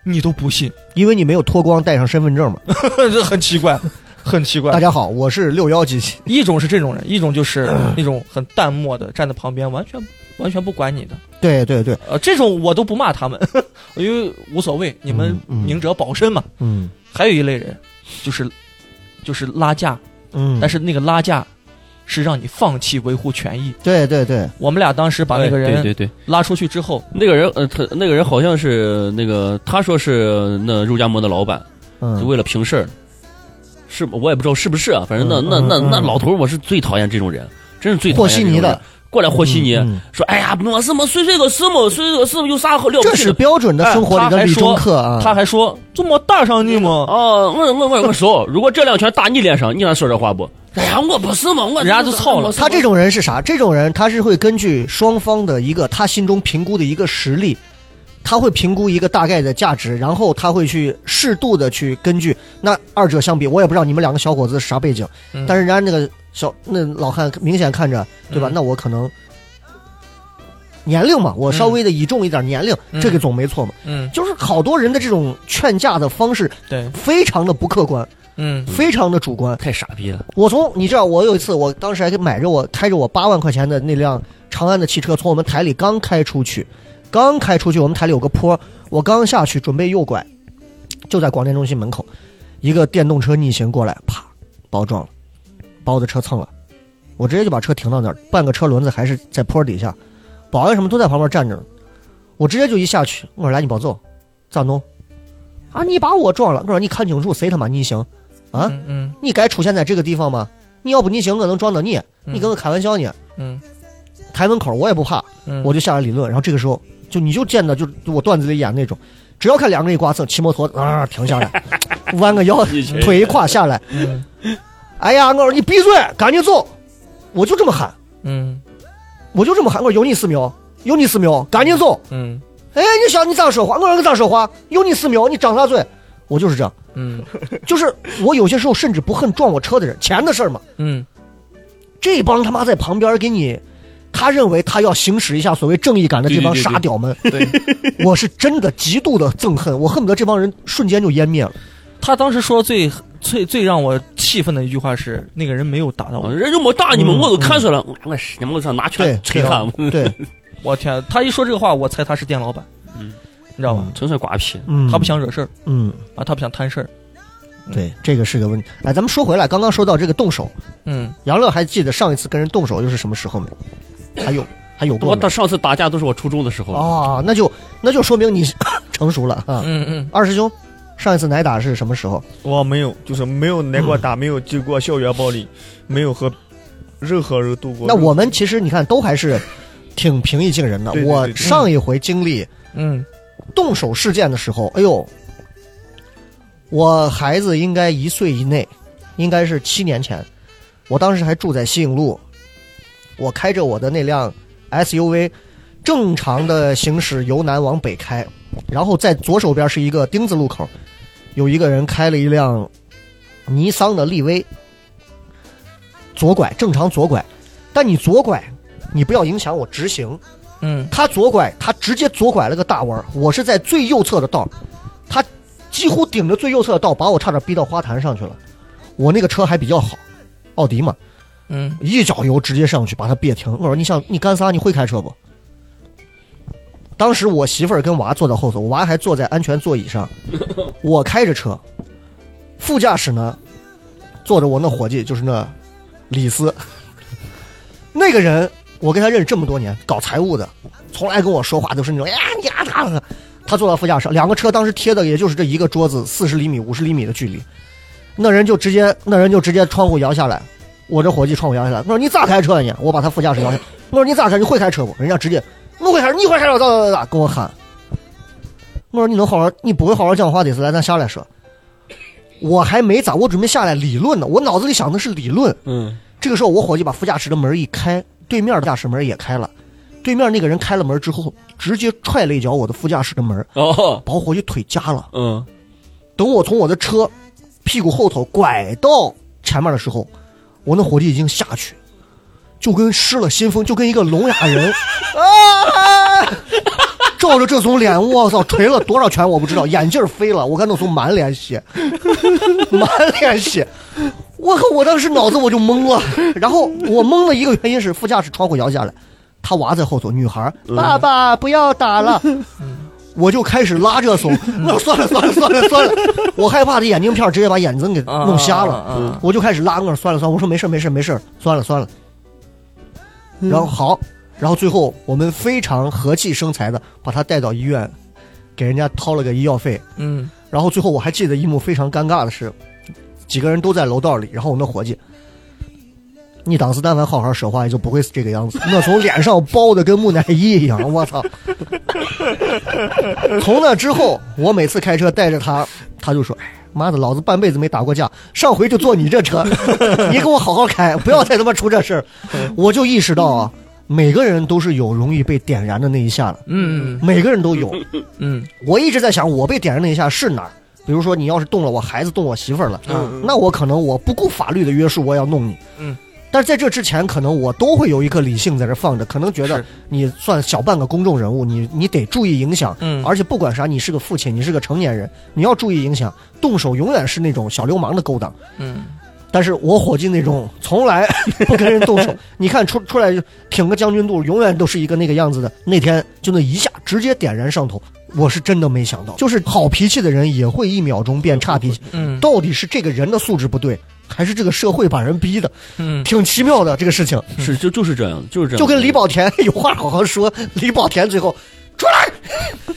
G: 你都不信，
D: 因为你没有脱光带上身份证嘛。
G: 这 很奇怪，很奇
D: 大
G: 怪。
D: 家好，我是六幺机 器，
G: 一种是这种人，一种 就是那种很淡漠的站在旁边，完全完全不管你的。
D: 对对对，
G: 呃，这种我都不骂他们， 因为无所谓，你们
D: 嗯嗯
G: 宁者保身嘛。
D: 嗯
G: 还有一类人，就是就是拉架，
D: 嗯，
G: 但是那个拉架是让你放弃维护权益。
D: 对对对，
G: 我们俩当时把那个人
F: 哎对对对，
G: 拉出去之后，
F: 那个人呃，他那个人好像是那个，他说是那肉夹馍的老板，就
D: 嗯，
F: 为了平事儿，是我也不知道是不是啊，反正那
D: 嗯
F: 那
D: 嗯
F: 那
D: 嗯
F: 那老头儿我是最讨厌这种人，真是最讨
D: 和
F: 厌
D: 稀
F: 这种
D: 泥
F: 人
D: 的，
F: 过来和稀泥，
D: 嗯嗯
F: 说哎呀，我是么随这个是么随这个是么有啥好了不
D: 这
F: 起
D: 是
F: 的？
D: 标准的生活里的理中客啊，
G: 哎他还说这么大上你吗？
F: 哦，我我我我说，如果这两拳打你脸上，你敢说这话不？哎呀，我不是嘛，我
G: 人家就操了
F: 我是
D: 他这种人是啥？这种人他是会根据双方的一个他心中评估的一个实力，他会评估一个大概的价值，然后他会去适度的去根据那二者相比，我也不知道你们两个小伙子是啥背景，
G: 嗯
D: 但是人家那个小那老汉明显看着对吧？
G: 嗯
D: 那我可能年龄嘛，我稍微的倚重一点年龄，
G: 嗯
D: 这个总没错嘛。
G: 嗯，
D: 就是好多人的这种劝架的方式
G: 对，
D: 非常的不客观，
G: 嗯
D: 非常的主观。
F: 太傻逼了，
D: 我从你知道，我有一次，我当时还给买着我开着我八万块钱的那辆长安的汽车，从我们台里刚开出去，刚开出去，我们台里有个坡，我刚下去准备右拐，就在广电中心门口，一个电动车逆行过来，啪，把我撞了，把我的车蹭了，我直接就把车停到那儿，半个车轮子还是在坡底下，保安什么都在旁边站着呢，我直接就一下去，我说来你保揍，咋弄？啊，你把我撞了，我说你看清楚谁他妈逆行，啊，
G: 嗯嗯
D: 你该出现在这个地方吗？你要不逆行，我能撞到你，
G: 嗯
D: 你跟我开玩笑呢？
G: 嗯
D: 台门口我也不怕，
G: 嗯，
D: 我就下来理论，然后这个时候就你就见到就就我段子里演那种，只要看两个人一刮蹭，骑摩托啊停下来， 弯个腰
F: 一拳，
D: 腿一跨下来，
G: 嗯
D: 哎呀，我说你闭嘴，赶紧走，我就这么喊，
G: 嗯
D: 我就这么喊，我说有你四秒，有你四秒，赶紧走，
G: 嗯
D: 哎，你想你咋说话？我说我咋说话？有你四秒，你张啥嘴？我就是这样，
G: 嗯
D: 就是我有些时候甚至不恨撞我车的人，钱的事儿嘛，
G: 嗯
D: 这帮他妈在旁边给你，他认为他要行使一下所谓正义感的这帮
F: 对对对
D: 傻屌们，
G: 对。
D: 我是真的极度的憎恨，我恨不得这帮人瞬间就湮 灭了。
G: 他当时说最最最让我气愤的一句话是，那个人没有打到
F: 啊
G: 我。
F: 人这么大，你
D: 嗯
F: 们我都看出来了，我我是你们上拿
D: 对啊
F: 拳，捶他，
D: 对，
G: 我天，啊他一说这个话，我猜他是店老板，你知道吧？
F: 纯粹瓜 皮。
D: 嗯，
G: 他不，想惹事儿
D: 嗯，
G: 啊，他不想摊事儿。
D: 对，这个是个问题。哎，咱们说回来，刚刚说到这个动手，
G: 嗯，
D: 杨乐还记得上一次跟人动手又是什么时候没？还有还有过
F: 我
D: 吗
F: 到上次打架都是我初中的时候，
D: 哦，那就那就说明你 成熟了啊。
G: 嗯嗯，
D: 二师兄，上一次挨打是什么时候？
B: 我没有，就是没有挨过打，没有经过校园暴力，没有和任何人度过。
D: 那我们其实你看都还是挺平易近人的。
B: 对对对
D: 我
B: 对
D: 上一回经历
G: 嗯
D: 动手事件的时候，哎呦，我孩子应该一岁以内，应该是七年前，我当时还住在西影路，我开着我的那辆 SUV，正常的行驶由南往北开，然后在左手边是一个丁字路口，有一个人开了一辆尼桑的力威，左拐正常左拐，但你左拐，你不要影响我直行。
G: 嗯
D: 他左拐，他直接左拐了个大弯儿我是在最右侧的道，他几乎顶着最右侧的道，把我差点逼到花坛上去了。我那个车还比较好，奥迪嘛，
G: 嗯
D: 一脚油直接上去把他别停。我说你想你干啥？你会开车不？当时我媳妇儿跟娃坐在后头，我娃还坐在安全座椅上，我开着车，副驾驶呢坐着我那伙计就是那李斯，那个人我跟他认识这么多年，搞财务的，从来跟我说话都是那种哎呀你呀他他，他坐到副驾驶，两个车当时贴的也就是这一个桌子四十厘米五十厘米的距离，那人就直接那人就直接窗户摇下来，我这伙计窗户摇下来，我说你咋开车呀、你？我把他副驾驶摇下来，我说你咋开？你会开车不？人家直接我会开车，你会开车咋咋咋咋跟我喊。我说你能好好，你不会好好讲话得是来咱下来说。我还没咋，我准备下来理论呢，我脑子里想的是理论。
F: 嗯，
D: 这个时候，我伙计把副驾驶的门一开，对面的驾驶门也开了。对面那个人开了门之后，直接踹了一脚我的副驾驶的门，
F: 哦，
D: 把我伙计腿夹了。
F: 嗯，
D: 等我从我的车屁股后头拐到前面的时候，我那伙计已经下去，就跟失了心疯，就跟一个聋哑人啊，照着这种脸，我操，捶了多少拳我不知道，眼镜飞了，我看弄从满脸血， 满脸血。我靠！我当时脑子我就懵了，然后我懵的一个原因是副驾驶窗户摇下来，他娃在后头，女孩儿，爸爸不要打了，我就开始拉这手，
G: 嗯
D: 我说算了算了算了 算了，我害怕这眼镜片儿直接把眼睛给
G: 啊
D: 弄瞎
G: 啊啊
D: 了
G: 啊，
D: 我就开始拉，我说算了算了，我说没事没事没事，算了算了。
G: 嗯
D: 然后好，然后最后我们非常和气生财的把他带到医院，给人家掏了个医药费。
G: 嗯
D: 然后最后我还记得一幕非常尴尬的是，几个人都在楼道里，然后我那伙计，你当时但凡好好说话，也就不会是这个样子。我从脸上包的跟木乃伊一样，我操！从那之后，我每次开车带着他，他就说：“哎，妈的，老子半辈子没打过架，上回就坐你这车， 你给我好好开，不要再他妈出这事儿。”我就意识到啊，每个人都是有容易被点燃的那一下的，
G: 嗯
D: 每个人都有。
G: 嗯
D: 我一直在想，我被点燃那一下是哪儿？比如说，你要是动了我孩子，动我媳妇儿了，
G: 嗯
D: 那我可能我不顾法律的约束，我也要弄你。
G: 嗯，
D: 但是在这之前，可能我都会有一颗理性在这放着，可能觉得
G: 是
D: 你算小半个公众人物，你你得注意影响。
G: 嗯
D: 而且不管啥，你是个父亲，你是个成年人，你要注意影响。动手永远是那种小流氓的勾当。
G: 嗯
D: 但是我伙计那种从来 不跟人动手， 你看出出来就挺个将军肚，永远都是一个那个样子的。那天就那一下直接点燃上头，我是真的没想到，就是好脾气的人也会一秒钟变差脾气，
G: 嗯，
D: 到底是这个人的素质不对，还是这个社会把人逼的，
G: 嗯，
D: 挺奇妙的这个事情。
F: 是就就是这样，就是啊这样，
D: 就跟李保田 有话好好说，李保田最后出来，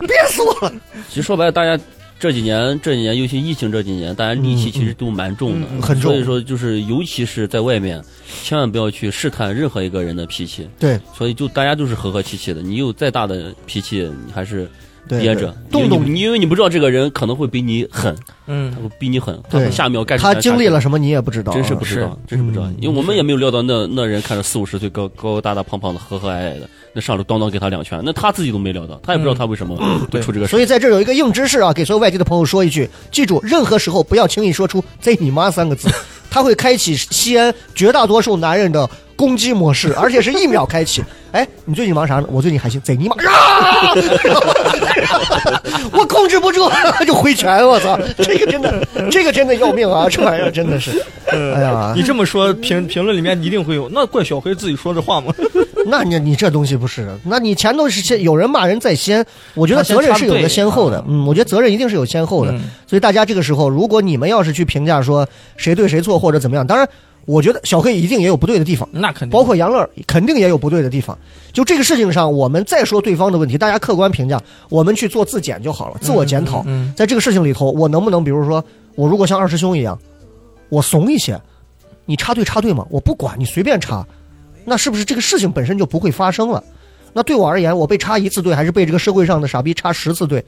D: 憋死我了。
F: 其实说白了，大家这几年这几年，尤其疫情这几年，大家戾气其实都蛮重
D: 嗯
F: 的，
D: 嗯嗯很重
F: 所以说，就是尤其是在外面，千万不要去试探任何一个人的脾气。
D: 对
F: 所以就大家就是和和气气的，你有再大的脾气，你还是
D: 对
F: 憋着，
D: 对动
F: 因为
D: 动
F: 你因为你不知道这个人可能会比你狠，他
G: 嗯，
F: 会比你狠，
D: 对
F: 他下一秒干
D: 他经历了
F: 什
D: 什么你也不知道
F: 么，
D: 啊，
F: 真是不知道，真是不知道
D: 嗯，
F: 因为我们也没有料到那那人看着四五十岁高高高大大胖胖的和和蔼蔼的，那上来咣当给他两拳，那他自己都没料到，他也不知道他为什么会
G: 对
F: 出这个事。
D: 嗯所以在这儿有一个硬知识啊，给所有外地的朋友说一句：记住，任何时候不要轻易说出“贼你妈”三个 字，它会开启西安绝大多数男人的攻击模 式，而且是一秒开启。哎，你最近忙啥呢？我最近还行，贼 你妈！啊、然后然后我控制不住 就挥拳，我操，这个真的，这个真的要命啊！这玩意儿真的 是，
F: 呃
D: 哎呀
G: 你，这么说评评论里面一定会有，那怪小黑自己说这话吗？
D: 那你你这东西不是？那你前头是先有人骂人在先，我觉得责任是有个先后的
G: 他先插。队
D: 嗯，我觉得责任一定是有先后的。
G: 嗯
D: 所以大家这个时候，如果你们要是去评价说谁对谁错或者怎么样，当然，我觉得小黑一定也有不对的地方，
G: 那肯定，
D: 包括杨乐肯定也有不对的地方。就这个事情上，我们再说对方的问题，大家客观评价，我们去做自检就好了，自我检讨。
G: 嗯，
D: 在这个事情里头，我能不能，比如说，我如果像二师兄一样，我怂一些，你插队插队嘛，我不管你随便插，那是不是这个事情本身就不会发生了？那对我而言，我被插一次队，还是被这个社会上的傻逼插十次队，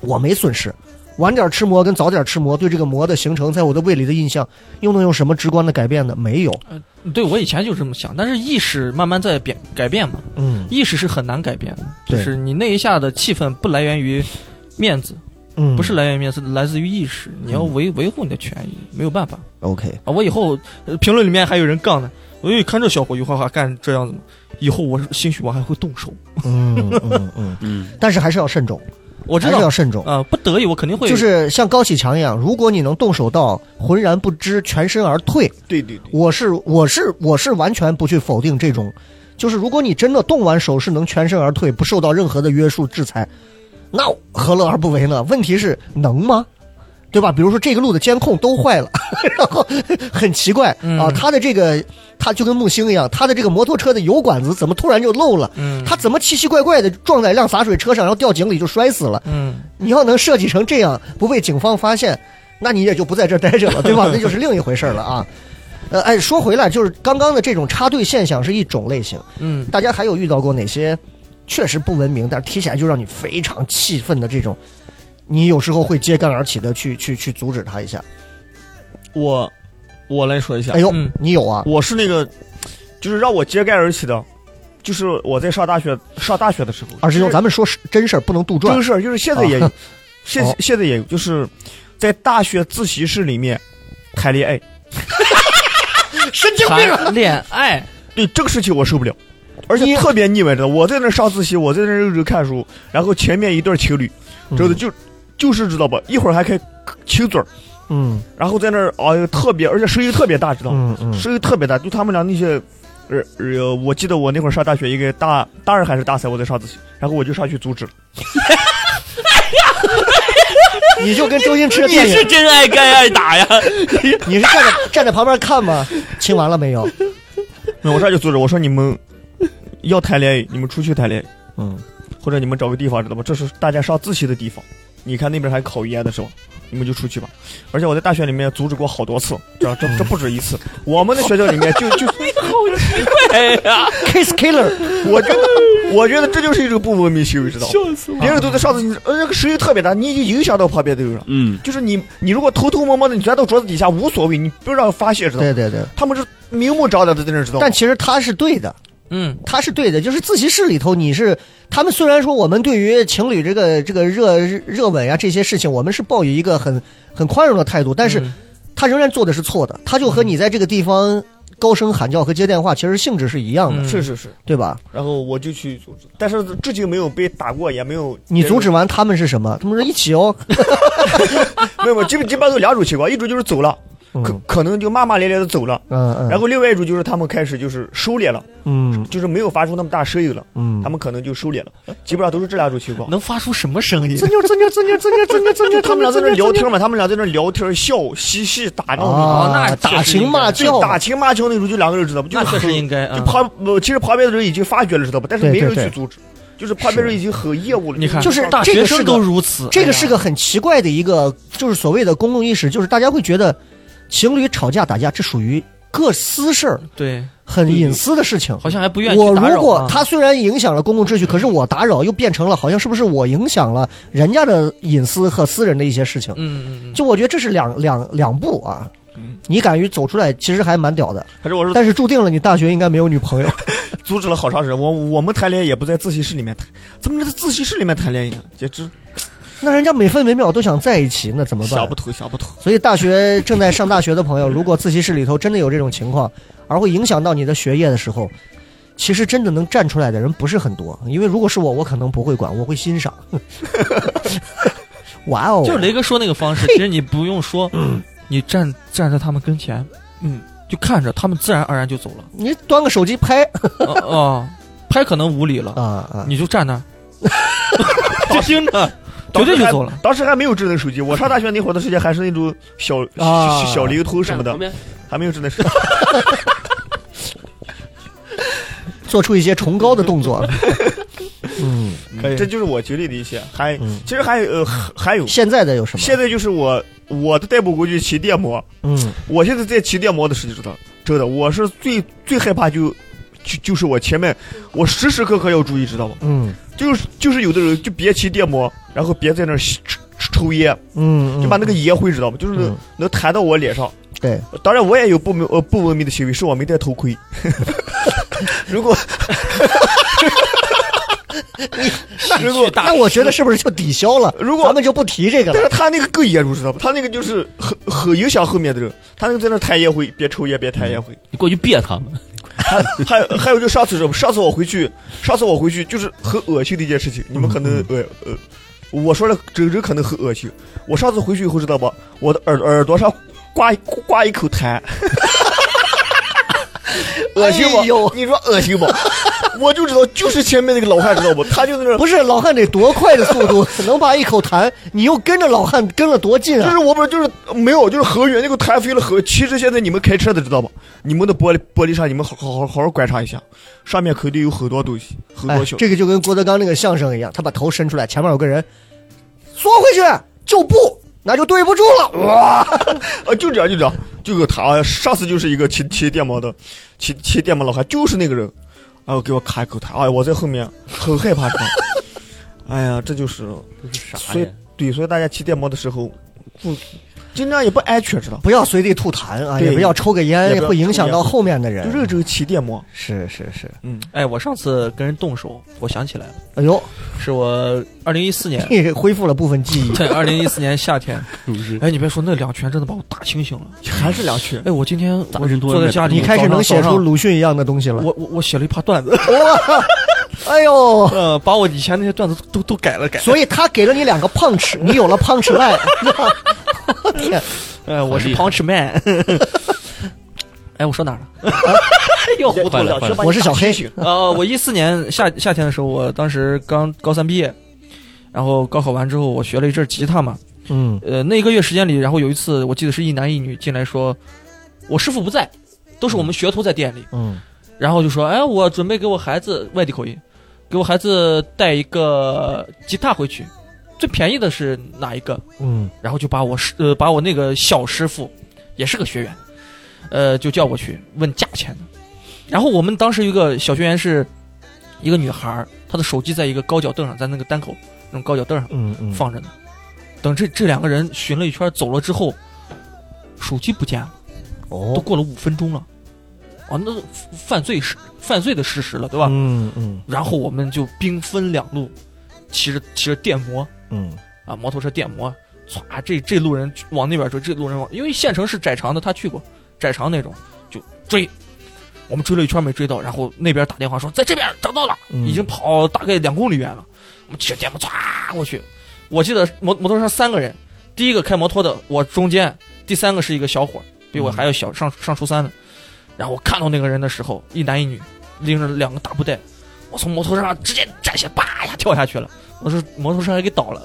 D: 我没损失。晚点吃馍跟早点吃馍，对这个馍的形成在我的胃里的印象，又能有什么直观的改变呢？没有。
G: 对我以前就这么想，但是意识慢慢在变改变嘛，
D: 嗯
G: 意识是很难改变的，就
D: 对
G: 是你那一下的气氛不来源于面子，
D: 嗯，
G: 不是来源于面子，来自于意识，你要维维护你的权益，没有办法
D: OK，
G: 啊！我以后呃评论里面还有人杠呢，我一看这小伙油花花干这样子嘛，以后我兴许我还会动手，
D: 嗯嗯嗯，
F: 嗯，
D: 但是还是要慎重，
G: 我知
D: 还是
G: 道
D: 要，慎重。
G: 呃，不得已我肯定会
D: 就是像高启强一样，如果你能动手到浑然不知、全身而退，
B: 对对对，
D: 我是我是我是完全不去否定这种，就是如果你真的动完手是能全身而退，不受到任何的约束制裁，那何乐而不为呢？问题是能吗？对吧？比如说这个路的监控都坏了， 然后很奇怪啊，
G: 嗯
D: 他的这个他就跟木星一样，他的这个摩托车的油管子怎么突然就漏了？
G: 嗯
D: 他怎么奇奇怪怪的撞在一辆洒水车上，然后掉井里就摔死了？
G: 嗯
D: 你要能设计成这样，不被警方发现，那你也就不在这儿待着了，对 吧？那就是另一回事儿了啊。呃，哎，说回来，就是刚刚的这种插队现象是一种类型，
G: 嗯
D: 大家还有遇到过哪些确实不文明，但是提起来就让你非常气愤的这种？你有时候会揭竿而起的去去去阻止他一下。
B: 我我来说一下
D: 哎，呦，
G: 嗯
D: 你有啊？
B: 我是那个，就是让我揭竿而起的，就是我在上大学上大学的时候，
D: 二师兄，
B: 就是
D: 咱们啊说是真事儿，不能杜
B: 这
D: 撰
B: 个。事儿就是现在也有，
D: 啊
B: 现
D: 好
B: 现在也有，就是在大学自习室里面哎谈恋爱。
D: 神经病啊！
G: 谈恋爱，
B: 对这个事情我受不了，而且
D: 你
B: 特别腻歪着。我在那儿上自习，我在那儿认真看书，然后前面一对情侣，真的就就是知道吧，一会儿还开亲嘴儿，
D: 嗯
B: 然后在那儿哎呀特别，而且声音特别大，知道吗？
D: 嗯嗯
B: 声音特别大，就他们俩那些。呃呃，我记得我那会儿上大学，应该大大二还是大三，我在上自习，然后我就上去阻止了。
D: 嗯，你就跟周星驰的
F: 你
D: 电影
F: 是真爱该爱打呀！
D: 你是站在站在旁边看吗？亲完了没有？
B: 那我上去阻止，我说你们要谈恋爱，你们出去谈恋爱。
D: 嗯，
B: 或者你们找个地方，知道吧？这是大家上自习的地方。你看那边还烤烟的时候，你们就出去吧。而且我在大学里面阻止过好多次，这这这不止一次。我们的学校里面就就，
F: 哎呀，
D: kiss killer，
B: 我觉得我觉得这就是一种不文明行为，知道吗？别人都在上自习，呃，那个声音特别大，你已经影响到旁边的人了。
F: 嗯，
B: 就是你你如果偷偷摸摸的，你钻到桌子底下无所谓，你不让发泄，知道吗
D: 对？对对。
B: 他们是明目张胆的在那儿知道吗，
D: 但其实他是对的，
G: 嗯
D: 他是对的，就是自习室里头，你是他们虽然说我们对于情侣这个这个热热吻呀、这些事情，我们是抱有一个很很宽容的态度，但是
G: 嗯
D: 他仍然做的是错的，他就和你在这个地方高声喊叫和接电话其实性质是一样的，
G: 嗯
B: 是是是。
D: 对吧？
B: 然后我就去阻止，但是至今没有被打过，也没有
D: 你阻止完他们是什么？他们说一起哦，
B: 没有，没有，基本基本上有两种情况，一种就是走了，可可能就骂骂咧咧的走了。
D: 嗯嗯，
B: 然后另外一种就是他们开始就是收敛了，
D: 嗯
B: 就是没有发出那么大声音了，
D: 嗯，
B: 他们可能就收敛了。基本上都是这两种情况。
G: 能发出什么声音？
D: 呲妞呲妞呲妞呲妞呲妞呲妞，
B: 他们俩在那聊天嘛，他们俩在那聊天笑嬉戏打闹
D: 啊，
G: 哦那
D: 打
G: 确实
D: 情
G: 应该
D: 骂
B: 对
D: 俏，
B: 打情骂俏那种，就两个人知道不？就
G: 那确实应该
B: 就
G: 啊。
B: 旁呃其实旁边的人已经发觉了，知道不？但是
D: 对
B: 没
D: 对
B: 人
D: 对
B: 去阻止，就是旁边人已经很厌恶了。
G: 你看，
D: 就是
G: 大
D: 这
G: 学
D: 个是个
G: 生都如此，哎
D: 这个是个很奇怪的一个，就是所谓的公共意识，就是大家会觉得情侣吵架打架这属于各私事儿，
G: 对，
D: 很隐私的事情。
G: 好像还不愿意
D: 我
G: 去打扰啊。
D: 如果他虽然影响了公共秩序，可是我打扰又变成了好像是不是我影响了人家的隐私和私人的一些事情？
G: 嗯嗯嗯，嗯
D: 就我觉得这是两两两步啊。你敢于走出来，其实还蛮屌的，
B: 还是我说
D: 但是注定了你大学应该没有女朋友。
B: 阻止了好长时间。我我们谈恋爱也不在自习室里面谈，怎么能在自习室里面谈恋爱呀？简直
D: 那人家每分每秒都想在一起，那怎么办
B: 想不？透，想不透。
D: 所以，大学正在上大学的朋友，如果自习室里头真的有这种情况，而会影响到你的学业的时候，其实真的能站出来的人不是很多。因为如果是我，我可能不会管，我会欣赏。哇哦！
G: 就是雷哥说那个方式，其实你不用说，
D: 嗯
G: 你站站在他们跟前，
B: 嗯，
G: 就看着他们自然而然就走了。
D: 你端个手机拍
G: 哦哦，拍可能无理了，
D: 啊啊！
G: 你就站那儿， 就听着，绝对就走了。
B: 当时还没有智能手机，我上大学那会儿的时间还是那种小
D: 啊
B: 小小灵通什么的
F: 旁，边
B: 还没有智能手机。
D: 做出一些崇高的动作。嗯，
G: 可以
B: 这就是我经历的一些。还
D: 嗯
B: 其实还有呃还还有，
D: 现在的有什么？
B: 现在就是我我的代步工具骑电摩，
D: 嗯
B: 我现在在骑电摩的时候，知道真的，我是最最害怕就。就就是我前面，我时时刻刻要注意，知道吗？
D: 嗯
B: 就是就是有的人就别骑电摩，然后别在那儿吸抽抽烟，
D: 嗯，
B: 就把那个烟灰知道吗？就是
D: 嗯
B: 能能弹到我脸上。
D: 对，
B: 当然我也有不明呃不文明的行为，是我没戴头盔。 如果
D: 如果那我觉得是不是就抵消了？
B: 如果
D: 咱们就不提这个
B: 但
D: 了。
B: 是他那个更严重，知道吗？他那个就是很很影响后面的人，他那个在那弹烟灰，别抽烟，别弹烟灰。
F: 你过去别他们，
B: 还 还有还有，就上次什么？上次我回去，上次我回去就是很恶心的一件事情，
D: 嗯
B: 你们可能呃呃，我说了，整整可能很恶心。我上次回去以后知道吧，我的耳耳朵上挂一挂一 口痰，恶心
D: 哎呦
B: 不？你说恶心不？ 我就知道，就是前面那个老汉知道不？他就 在 那儿。
D: 不是老汉得多快的速度能把一口痰？你又跟着老汉跟了多近
B: 就
D: 啊
B: 是？我不是就是没有，就是河源那个弹飞了河。其实现在你们开车的知道吧？你们的玻璃玻璃上，你们好好好好好观察一下，上面肯定有很多东西，很
D: 哎
B: 多小。，
D: 这个就跟郭德纲那个相声一样，他把头伸出来，前面有个人缩回去就不，那就对不住了。哇，
B: 啊，就这样，就这样，就有他。上次就是一个骑骑电摩的，骑骑电摩老汉，就是那个人，哎呦，给我卡一口痰，哎呀，我在后面很害怕他。哎呀，这就是，
F: 啥
B: 所以
F: 呀？
B: 对，所以大家骑电摩的时候，不，尽量也不安全，知道吧？
D: 不要随地吐痰啊，
B: 对
D: 也不要抽个
B: 也
D: 烟，
B: 不要
D: 会影响到后面的
B: 就认
D: 人。
B: 真骑电摩，
D: 是是是，
B: 嗯，
G: 哎，我上次跟人动手，我想起来了，
D: 哎呦，，
G: 是我二零一四年
D: 恢复了部分记忆。
G: 在二零一四年夏 天。
F: 是不是？
G: 哎，你别说，那两拳真的把我打清醒了。
B: 还是 两群。
G: 哎，我今天
F: 咋
G: 我
F: 人多
G: 坐在
F: 人
G: 家里，
D: 你开始能写
G: 早
D: 出
G: 上
D: 鲁迅一样的东西了。
G: 我我我写了一趴段子，
D: 哇，哎呦，
G: 呃，把我以前那些段子都都改了改。
D: 所以他给了你两个 punch，你 有了 punch line。我天，
G: 呃，我是
F: 厉害
G: Punch Man。哎， 我说哪儿了？ 哎
B: 又糊
F: 涂了快了
D: 我是小黑
G: 呃，我一四年夏夏天的时候，我当时刚高三毕业，然后高考完之后，我学了一阵吉他嘛。
D: 嗯
G: 呃，那一个月时间里，然后有一次，我记得是一男一女进来说，我师傅不在，都是我们学徒在店里。
D: 嗯
G: 然后就说，哎，我准备给我孩子外地口音，给我孩子带一个吉他回去，最便宜的是哪一个？
D: 嗯
G: 然后就把我师呃把我那个小师傅，也是个学员，呃就叫我去问价钱的。然后我们当时有一个小学员是一个女孩儿，她的手机在一个高脚凳上，在那个单口那种高脚凳上
D: 嗯嗯，
G: 放着呢。等这这两个人寻了一圈走了之后，手机不见了，都
D: 哦，
G: 过了五分钟了，啊，那犯罪事犯罪的事实了，对吧？
D: 嗯嗯
G: 然后我们就兵分两路，骑着骑着电摩，
D: 嗯
G: 啊，摩托车电摩，唰，这这路人往那边追，这路人往，因为县城是窄长的，他去过窄长那种，就追。我们追了一圈没追到，然后那边打电话说在这边找到了，
D: 嗯
G: 已经跑大概两公里远了。我们骑着电摩唰过去，我记得摩摩托车上三个人，第一个开摩托的我中间，第三个是一个小伙儿，比我还要小，上上初三呢。然后我看到那个人的时候，一男一女拎着两个大布袋，我从摩托车上直接站起来，叭一下跳下去了。我说摩托车还给倒了，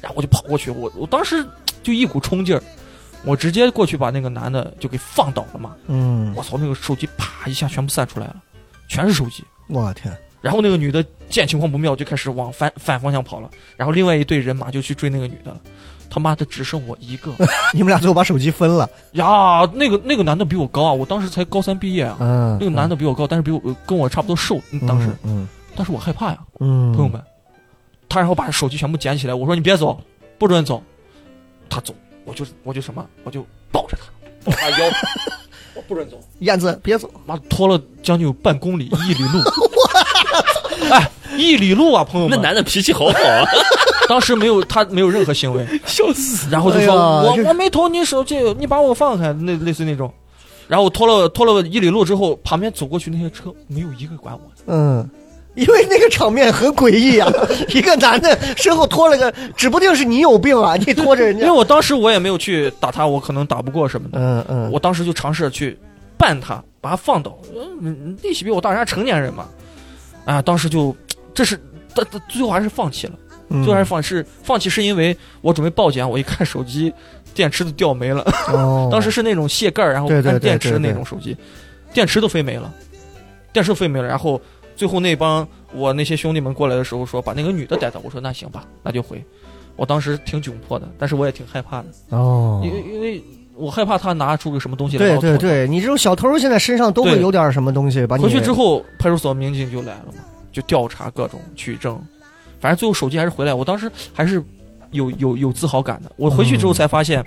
G: 然后我就跑过去，我我当时就一股冲劲儿，我直接过去把那个男的就给放倒了嘛。
D: 嗯，
G: 我操，那个手机啪一下全部散出来了，全是手机。
D: 我天，
G: 然后那个女的见情况不妙，就开始往反反方向跑了。然后另外一队人马就去追那个女的，他妈的只剩我一 个
D: 你们俩最后把手机分了，
G: 呀！那个那个男的比我高啊，我当时才高三毕业啊。
D: 嗯，
G: 那个男的比我高，但是比我呃跟我差不多瘦，嗯当时，
D: 嗯，
G: 但是我害怕呀，
D: 嗯，
G: 朋友，们。他然后把手机全部捡起来，我说你别走，不准走。他走，我就我就什么，我就抱着他，抱着他腰， 我不准走。
D: 燕子别走，
G: 妈拖了将近有半公里，一里路。哎，一里路啊，朋友
F: 那
G: 们！
F: 男的脾气好好啊，
G: 当时没有他没有任何行为，
F: 笑死！
G: 然后就说、
D: 哎呀
G: 我
D: 这
G: 我没偷你手机，你把我放开，那类似那种。然后我拖了拖了一里路之后，旁边走过去那些车没有一个管我的，
D: 嗯。因为那个场面很诡异啊，一个男的身后拖了个，指不定是你有病啊，你拖着人
G: 因为
D: 家，
G: 我当时我也没有去打他，我可能打不过什么的，
D: 嗯嗯，
G: 我当时就尝试去绊他，把他放倒，嗯力气比我大，人家成年人嘛，啊，当时就这是，但但最后还是放弃了。
D: 嗯
G: 最后还是放是放弃，是因为我准备报警，啊我一看手机电池都掉没了，
D: 哦
G: 当时是那种卸盖儿，然后
D: 对对
G: 按
D: 对
G: 电池
D: 对对
G: 那种手机，电池都飞没了，电池都飞没了。然后最后那帮我那些兄弟们过来的时候说把那个女的带走，我说那行吧，那就回。我当时挺窘迫的，但是我也挺害怕的，
D: 哦
G: 因为因为我害怕他拿出个什么东西来
D: 对
G: 把我
D: 对
G: 拖走。
D: 对，你这种小偷现在身上都会
G: 对
D: 有点什么东西把你
G: 回去之后，派出所民警就来了嘛，就调查各种取证，反正最后手机还是回来。我当时还是有有有自豪感的。我回去
D: 嗯
G: 之后才发现，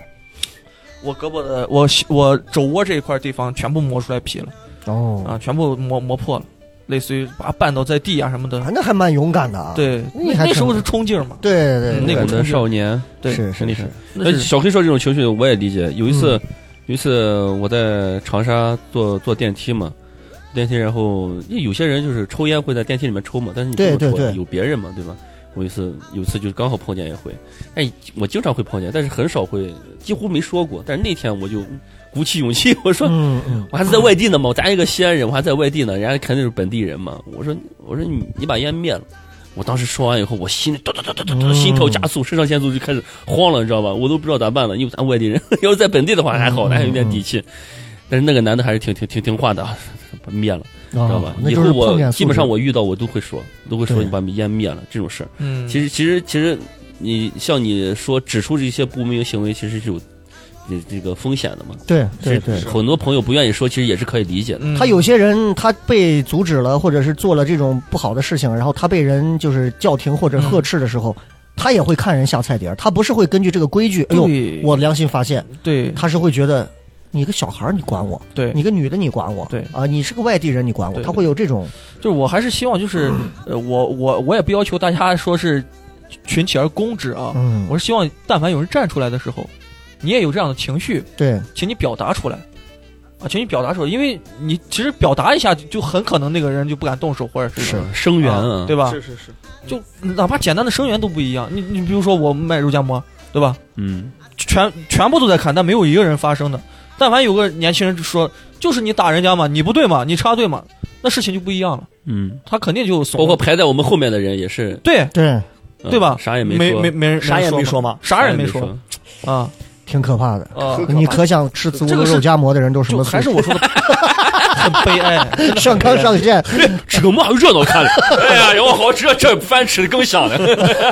G: 我胳膊的我我肘窝这一块地方全部磨出来皮了
D: 哦
G: 啊，全部磨磨破了，类似于把它绊倒在地啊什么的
D: 啊。那还蛮勇敢的啊，
G: 对，
D: 那
G: 那
D: 还
G: 那时候
D: 挺
G: 是冲劲儿嘛。
D: 对对，
G: 嗯
D: 对
G: 那股
F: 我
G: 冲
F: 的
G: 劲
F: 少年，
G: 对
D: 是
F: 那
D: 是是嗯
F: 是，
G: 那
F: 哎，
G: 是
F: 小黑说这种情绪我也理解。有一次，有一次我在长沙坐坐电梯嘛，电梯然后因为有些人就是抽烟会在电梯里面抽嘛，但是你不
D: 对
F: 能抽啊，
D: 对对
F: 有别人嘛，对吧？我有一次有一次就是刚好碰见一回，哎，我经常会碰见，但是很少会，几乎没说过。但是那天我就鼓起勇气，我说
D: 嗯嗯
F: 我还是在外地呢嘛，我咱一个西安人，我还在外地呢，人家肯定是本地人嘛。我说我说你你把烟灭了。我当时说完以后，我心里嘟嘟嘟嘟嘟嘟，
D: 嗯
F: 心跳加速，肾上腺素就开始慌了，你知道吧？我都不知道咋办了，因为咱外地人， 要是在本地的话还好，还有点底气。但是那个男的还是挺挺挺听话的，啊把灭了，
D: 知
F: 知道吧？
D: 哦那
F: 以
D: 就
F: 后
D: 是碰
F: 我
D: 见
F: 基本上
D: 素
F: 我遇到我都会说，都会说
D: 对
F: 你把烟灭了这种事儿。
G: 嗯，
F: 其实其实其实你像你说指出这些不文明行为，其实是有这这个风险的嘛。
D: 质对对
F: 其实
D: 对。
F: 很多朋友不愿意说，其实也是可以理解的。
G: 嗯
D: 他有些人他被阻止了，或者是做了这种不好的事情，然后他被人就是叫停或者呵斥的时候，他也会看人下菜碟儿，他不是会根据这个规矩，哎呦，
G: 嗯对
D: 我良心发现，
G: 对
D: 他是会觉得你个小孩儿你管我，
G: 对
D: 你个女的你管我，
G: 对
D: 啊，你是个外地人你管我，
G: 对
D: 他会有这种
G: 就是我还是希望就是呃我我我也不要求大家说是群起而攻之啊，
D: 嗯，
G: 我是希望，但凡有人站出来的时候，你也有这样的情绪，
D: 对
G: 请你表达出来，啊，请你表达出来，因为你其实表达一下，就就很可能那个人就不敢动手，或者是
D: 是
F: 声
G: 声
F: 援啊，
G: 对吧
B: 是？是是，
G: 就哪怕简单的声援都不一样。你你比如说我卖肉夹馍，对吧？
F: 嗯，
G: 全全部都在看，但没有一个人发声的。但凡有个年轻人就说，就是你打人家嘛，你不对嘛，你插队嘛，那事情就不一样了，
F: 嗯，
G: 他肯定就怂了。
F: 包括排在我们后面的人也是，
G: 对
D: 对，
F: 嗯
G: 对吧？
F: 啥也
G: 没
F: 没说
G: 没没人
B: 啥也没说
G: 说
B: 嘛，
G: 啥也
F: 也
G: 没
F: 说，
G: 说啊
D: 挺可怕的。
G: 啊！
B: 可怕
D: 你可想吃自乌
G: 这
D: 的
G: 个是
D: 肉夹馍的人都什
G: 就
D: 么素质？
G: 还是我说的 很悲哀，真的很
D: 上纲
G: 悲哀
D: 上线，
F: 这个嘛热闹 看了，哎呀，然后好吃，这饭吃的更香 了。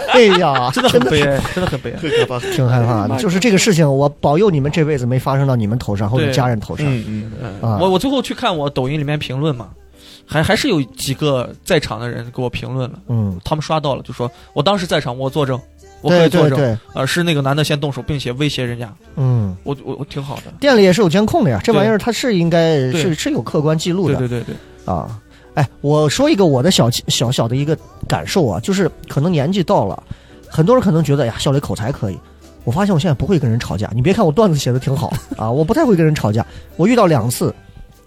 D: 哎呀，
G: 真的很悲哀，真的很悲 哀。
B: 很可怕。
D: 挺害怕的。就是这个事情，我保佑你们这辈子没发生到你们头上或者
G: 对
D: 家人头上
B: 嗯嗯，
D: 啊。
G: 我我最后去看我抖音里面评论嘛，还还是有几个在场的人给我评论了，
D: 嗯，
G: 他们刷到了，就说我当时在场，我作证，我可
D: 对
G: 以作
D: 对
G: 证，
D: 对，
G: 呃，是那个男的先动手，并且威胁人家，
D: 嗯，
G: 我我我挺好的，
D: 店里也是有监控的呀，这
G: 对
D: 玩意儿它是应该
G: 对
D: 是是有客观记录
G: 对
D: 的
G: 对对对，
D: 啊。哎，我说一个我的小小小的一个感受啊，就是可能年纪到了，很多人可能觉得哎呀，小磊口才可以。我发现 我现在不会跟人吵架，你别看我段子写的挺好啊，我不太会跟人吵架。我遇到两次，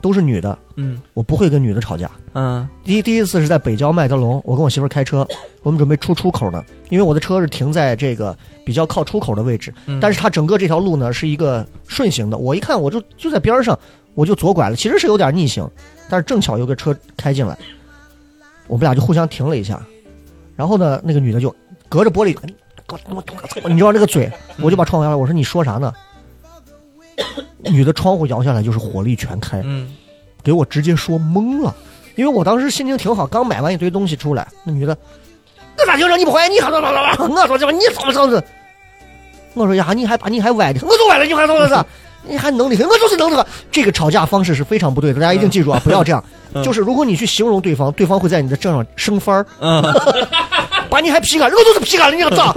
D: 都是女的，
G: 嗯
D: 我不会跟女的吵架。
G: 嗯
D: 第一第一次是在北郊麦德龙，我跟我媳妇儿开车，我们准备出出口呢，因为我的车是停在这个比较靠出口的位置，
G: 嗯
D: 但是它整个这条路呢是一个顺行的，我一看我就就在边儿上，我就左拐了，其实是有点逆行，但是正巧有个车开进来，我们俩就互相停了一下，然后呢，那个女的就隔着玻璃，你知道这个嘴，
G: 嗯
D: 我就把窗户摇下来，我说你说啥呢？ 女的窗户摇下来就是火力全开，
G: 嗯
D: 给我直接说懵了，因为我当时心情挺好，刚买完一堆东西出来，那女的，我咋就让你不还？你还我说这你怎么上子？我说呀，你还把你还崴的，我就崴了，你还怎么子？你还能的很，我就是能的很。这个吵架方式是非常不对的，大家一定记住啊，不要这样。就是如果你去形容对方，对方会在你的正上生翻儿，
G: 嗯
D: 把你还劈开，我就是劈开了，你个脏！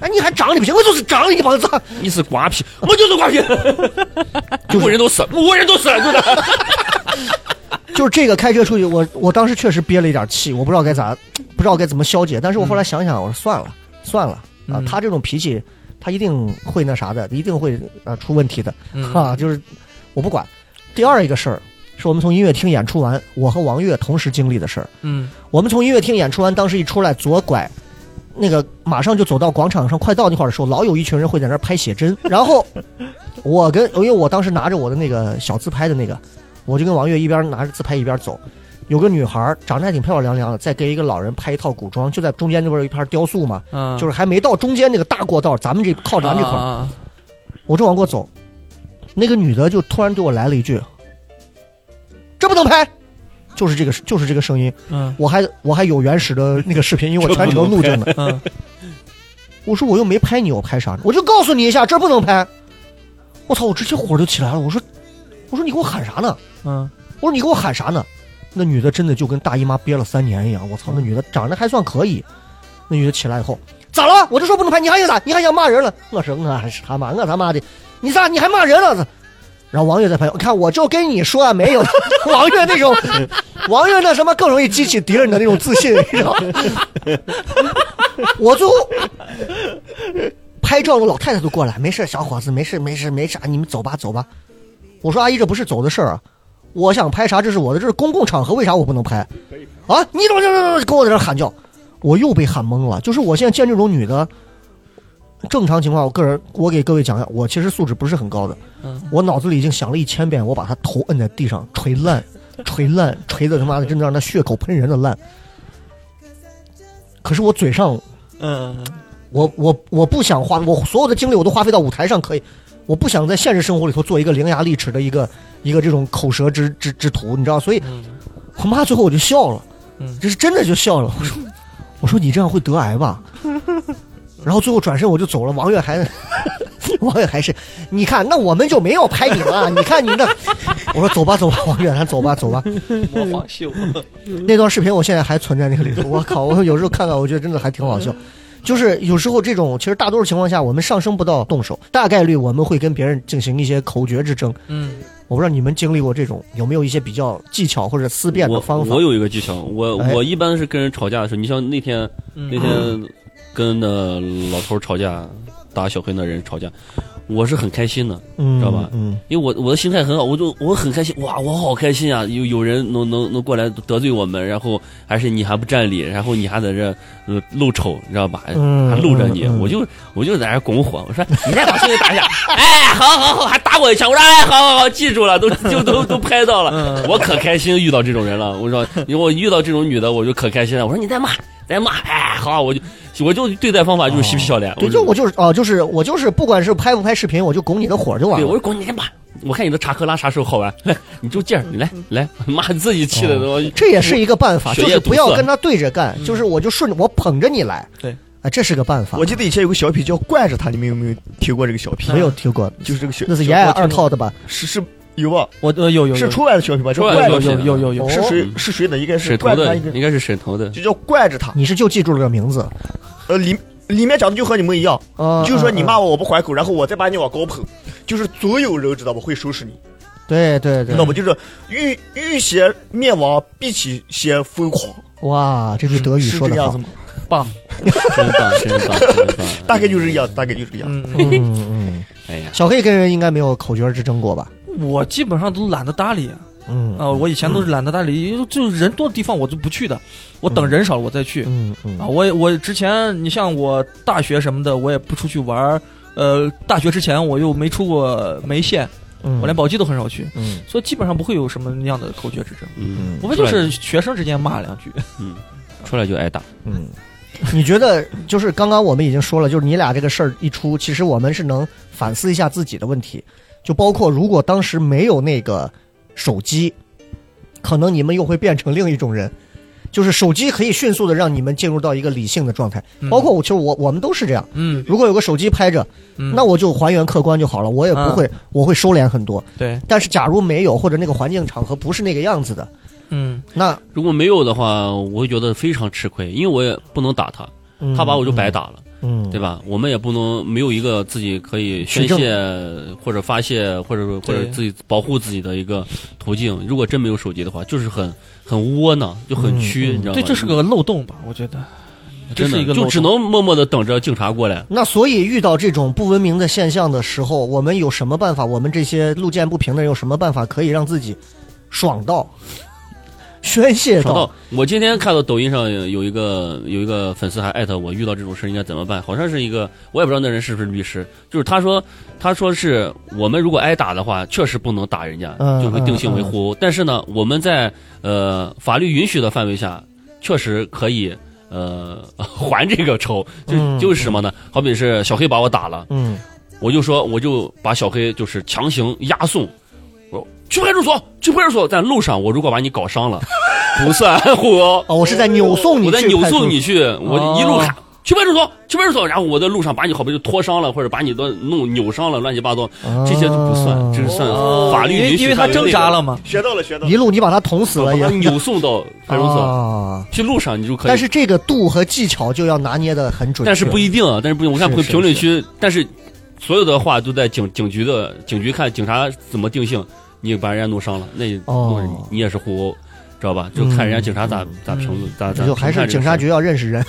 D: 哎，你还长你不行，我就是长你帮脏！
F: 你是瓜皮，我 就是瓜皮，我人都是，我人都是，就的。
D: 就是这个开车出去，我我当时确实憋了一点气，我不知道该咋，不知道该怎么消解。但是我后来想想，我说算了算了啊
G: 嗯，
D: 他这种脾气，他一定会那啥的，一定会啊出问题的
G: 嗯
D: 哈、就是我不管。第二一个事儿是我们从音乐厅演出完，我和王悦同时经历的事儿。
G: 嗯
D: 我们从音乐厅演出完，当时一出来左拐，那个马上就走到广场上，快到那块儿的时候，老有一群人会在那儿拍写真。然后我跟，因为我当时拿着我的那个小自拍的那个，我就跟王悦一边拿着自拍一边走。有个女孩儿长得还挺漂漂亮亮的，在给一个老人拍一套古装，就在中间那边有一片雕塑嘛，
G: 嗯，
D: 就是还没到中间那个大过道，咱们这靠咱这块儿，
G: 啊
D: 我正往过走，那个女的就突然对我来了一句：“这不能拍！”就是这个，就是这个声音。
G: 嗯
D: 我还我还有原始的那个视频，因为我全程录着呢。
G: 嗯
D: 我说我又没拍你，我拍啥呢？我就告诉你一下，这儿不能拍。我操！我直接火就起来了。我说，我说你给我喊啥呢？
G: 嗯
D: 我说你给我喊啥呢？那女的真的就跟大姨妈憋了三年一样。我操！那女的长得还算可以。那女的起来以后，咋了？我就说不能拍，你还想咋？你还想骂人了？我说我还是他妈，我他妈的，你咋你还骂人了？然后王悦在旁边，看我就跟你说啊，没有 王悦那种，王悦那什么更容易激起敌人的那种自信，你知道吗？ 我最后拍照，我老太太都过来，没事，小伙子，没事，没事，没啥，你们走吧，走吧。我说阿姨，这不是走的事儿啊，我想拍啥，这是我的，这是公共场合，为啥我不能拍？啊，你怎么怎么跟我在这喊叫？我又被喊懵了。就是我现在见这种女的，正常情况，我个人我给各位讲一下，我其实素质不是很高的，
G: 嗯
D: 我脑子里已经想了一千遍，我把她头摁在地上捶烂， 捶烂，捶的他妈的真的让她血口喷人的烂。可是我嘴上
G: 嗯
D: 我我我不想花，我所有的精力我都花费到舞台上可以，我不想在现实生活里头做一个伶牙俐齿的一个一个这种口舌之之之徒，你知道？所以，我妈最后我就笑了，
G: 嗯
D: 这是真的就笑了。我说我说你这样会得癌吧？然后最后转身我就走了。王悦还 王悦还是你看，那我们就没有拍你了。啊你看你的， 我说走吧走吧，王悦，咱走吧走吧。
G: 模仿 秀，
D: 那段视频我现在还存在那个里头。我靠，我有时候看看，我觉得真的还挺好
F: 嗯
D: 笑。就是有时候这种，其实大多数情况下，我们上升不到动手，大概率我们会跟别人进行一些口角之争。
G: 嗯
D: 我不知道你们经历过这种，有没有一些比较技巧或者思辨的
F: 我
D: 方法
F: 我？有一个技巧，我
D: 哎
F: 我一般是跟人吵架的时候，你像那天
G: 嗯
F: 那天跟那老头儿吵架，打小黑那人吵架，我是很开心的，
D: 嗯，
F: 知道吧
D: 嗯，
F: 因为我我的心态很好，我就我很开心，哇，我好开心啊！有有人能能能过来得罪我们，然后而且你还不占理，然后你还在这呃露丑，你知道吧？
D: 嗯
F: 还露着你，
D: 嗯嗯
F: 我就我就在那拱火，我说你再把兄弟打一下， 哎，好好好，还打我一枪，我说哎，好好好，记住了，都就都都拍到
D: 嗯
F: 了，我可开心遇到这种人了，我说我遇到这种女的，我就可开心了，我说你再骂再骂，哎，好，我就我就对待方法就是嬉皮笑脸，
D: 对，就我就是哦，就是我就是，不管是拍不拍视频，我就拱你的火就完
F: 对，我
D: 了。
F: 说滚，你先骂。我看你的查克拉啥时候好玩？ 来，你就这样，你来来，骂自己气的都。
D: 这也是一个办法，
F: 血
D: 就
F: 液啊
D: 是不
F: 堵塞
D: 要跟他对着
F: 嗯
D: 干，就是我就顺着我捧着你来。
G: 对，
D: 哎，这是个办法。
B: 我记得以前有个小品叫《惯着他》，你们有没有听过这个小品？
D: 没有，听过，
B: 就是这个小，
D: 那是
B: 小
D: 掩耳二套的吧？
B: 是是有吧？
G: 我呃有有有
B: 是出来的小品吧？叫
F: 出来的
B: 惯
F: 小
B: 着
F: 品
G: 有有有有
D: 哦
B: 是谁是谁的？应该是
F: 沈腾
B: 惯着他，
F: 的
B: 应该
F: 应该是沈腾 的，
B: 就叫惯着他。
D: 你是就记住了个名字，
B: 呃，里里面讲的就和你们一样，
D: 啊
B: 就是说你骂
D: 我，
B: 我，我不还口，然后我再把你往高捧，就是总有人知道吧，会收拾你，
D: 对对对
B: 知道，吧？就是欲欲先灭亡，必其先疯狂，
D: 哇，这句德呃语
B: 是
D: 说
B: 这
D: 的
B: 样
D: 好
B: 子，吗？
G: 棒，
F: 真棒，真棒，真棒
B: 大概就是这样，大概就是这样。
G: 嗯，
D: 嗯嗯，嗯
F: 哎呀，
D: 小黑跟人应该没有口角之争过吧？
G: 我基本上都懒得搭理，
D: 嗯
G: 啊、我以前都是懒得搭理，就是人多的地方我就不去的，我等人少了我再去。
D: 嗯
G: 啊，
D: 嗯
G: 我也我之前你像我大学什么的，我也不出去玩儿。呃，大学之前我又没出过梅县，
D: 嗯，
G: 我连宝鸡都很少去，
D: 嗯
G: 所以基本上不会有什么样的口角之争，
F: 嗯，
G: 无非就是学生之间骂两句。
F: 出来就挨打。
D: 嗯，你觉得就是刚刚我们已经说了，就是你俩这个事儿一出，其实我们是能反思一下自己的问题，就包括如果当时没有那个手机，可能你们又会变成另一种人。就是手机可以迅速的让你们进入到一个理性的状态，
G: 嗯
D: 包括我，其实我我们都是这样。
G: 嗯，
D: 如果有个手机拍着，
G: 嗯
D: 那我就还原客观就好了，我也
F: 嗯
D: 不会，我会收敛很多。
G: 对，
D: 但是假如没有，或者那个环境场合不是那个样子的，
G: 嗯
D: 那、
F: 如果没有的话，我会觉得非常吃亏，因为我也不能打他，
D: 嗯
F: 他把我就白，打了，
D: 嗯，
F: 对吧？我们也不能没有一个自己可以宣
D: 取
F: 泄或者发泄，或者说或者
G: 对
F: 自己保护自己的一个途径。如果真没有手机的话，就是很很窝囊，就很
D: 嗯
F: 屈，
D: 嗯
F: 你知道吗？
G: 对，这是个漏洞吧？我觉得，这
F: 真
G: 是
F: 的
G: 一个漏
F: 就
G: 洞哦
F: 只能默默的等着警察过来。
D: 那所以遇到这种不文明的现象的时候，我们有什么办法？我们这些路见不平的人有什么办法可以让自己爽到、宣泄
F: 爽到我今天看到抖音上有有一个有一个粉丝还艾特我，遇到这种事应该怎么办？好像是一个我也不知道那人是不是律师，就是他说他说是我们如果挨打的话，确实不能打人家，
D: 嗯
F: 就会定性为互殴。但是呢，我们在呃法律允许的范围下，确实可以。呃， 还这个仇，就、
D: 嗯
F: 就是什么呢？好比是小黑把我打了，
D: 嗯
F: 我就说，我就把小黑就是强行押送，我去派出所，去派出所，在路上我如果把你搞伤了，不算互 殴，
D: 哦，我是在扭送你，
F: 我在扭送你，去，我一路
G: 哦
F: 喊、去派出所，去派出所，然后我在路上把你好比就拖伤了，或者把你都弄扭伤了，乱七八糟，这些就不算，
D: 啊
F: 这是算嗯法律
G: 哦因为
F: 允许
G: 因为他
F: 范围内
G: 挣
F: 的
G: 扎了嘛。
B: 学到了，学到了
D: 一。路你把他捅死
F: 把
D: 了也
F: 他扭送到派出所，
G: 哦
D: 啊。
F: 去路上你就可以。
D: 但是这个度和技巧就要拿捏的很准确，
F: 但是不一定，啊，但是不一定。我看
D: 是
F: 评
D: 是
F: 评论区，但是所有的话都在警警局的警局看警察怎么定性，你把人家弄伤了，那
D: 哦嗯
F: 弄你也是互殴，知道吧？就看人家警察咋咋评论，咋
G: 啊
F: 咋
D: 就嗯哎还是
F: 评判这
D: 警
F: 个
D: 察
F: 事
D: 局要认识 人，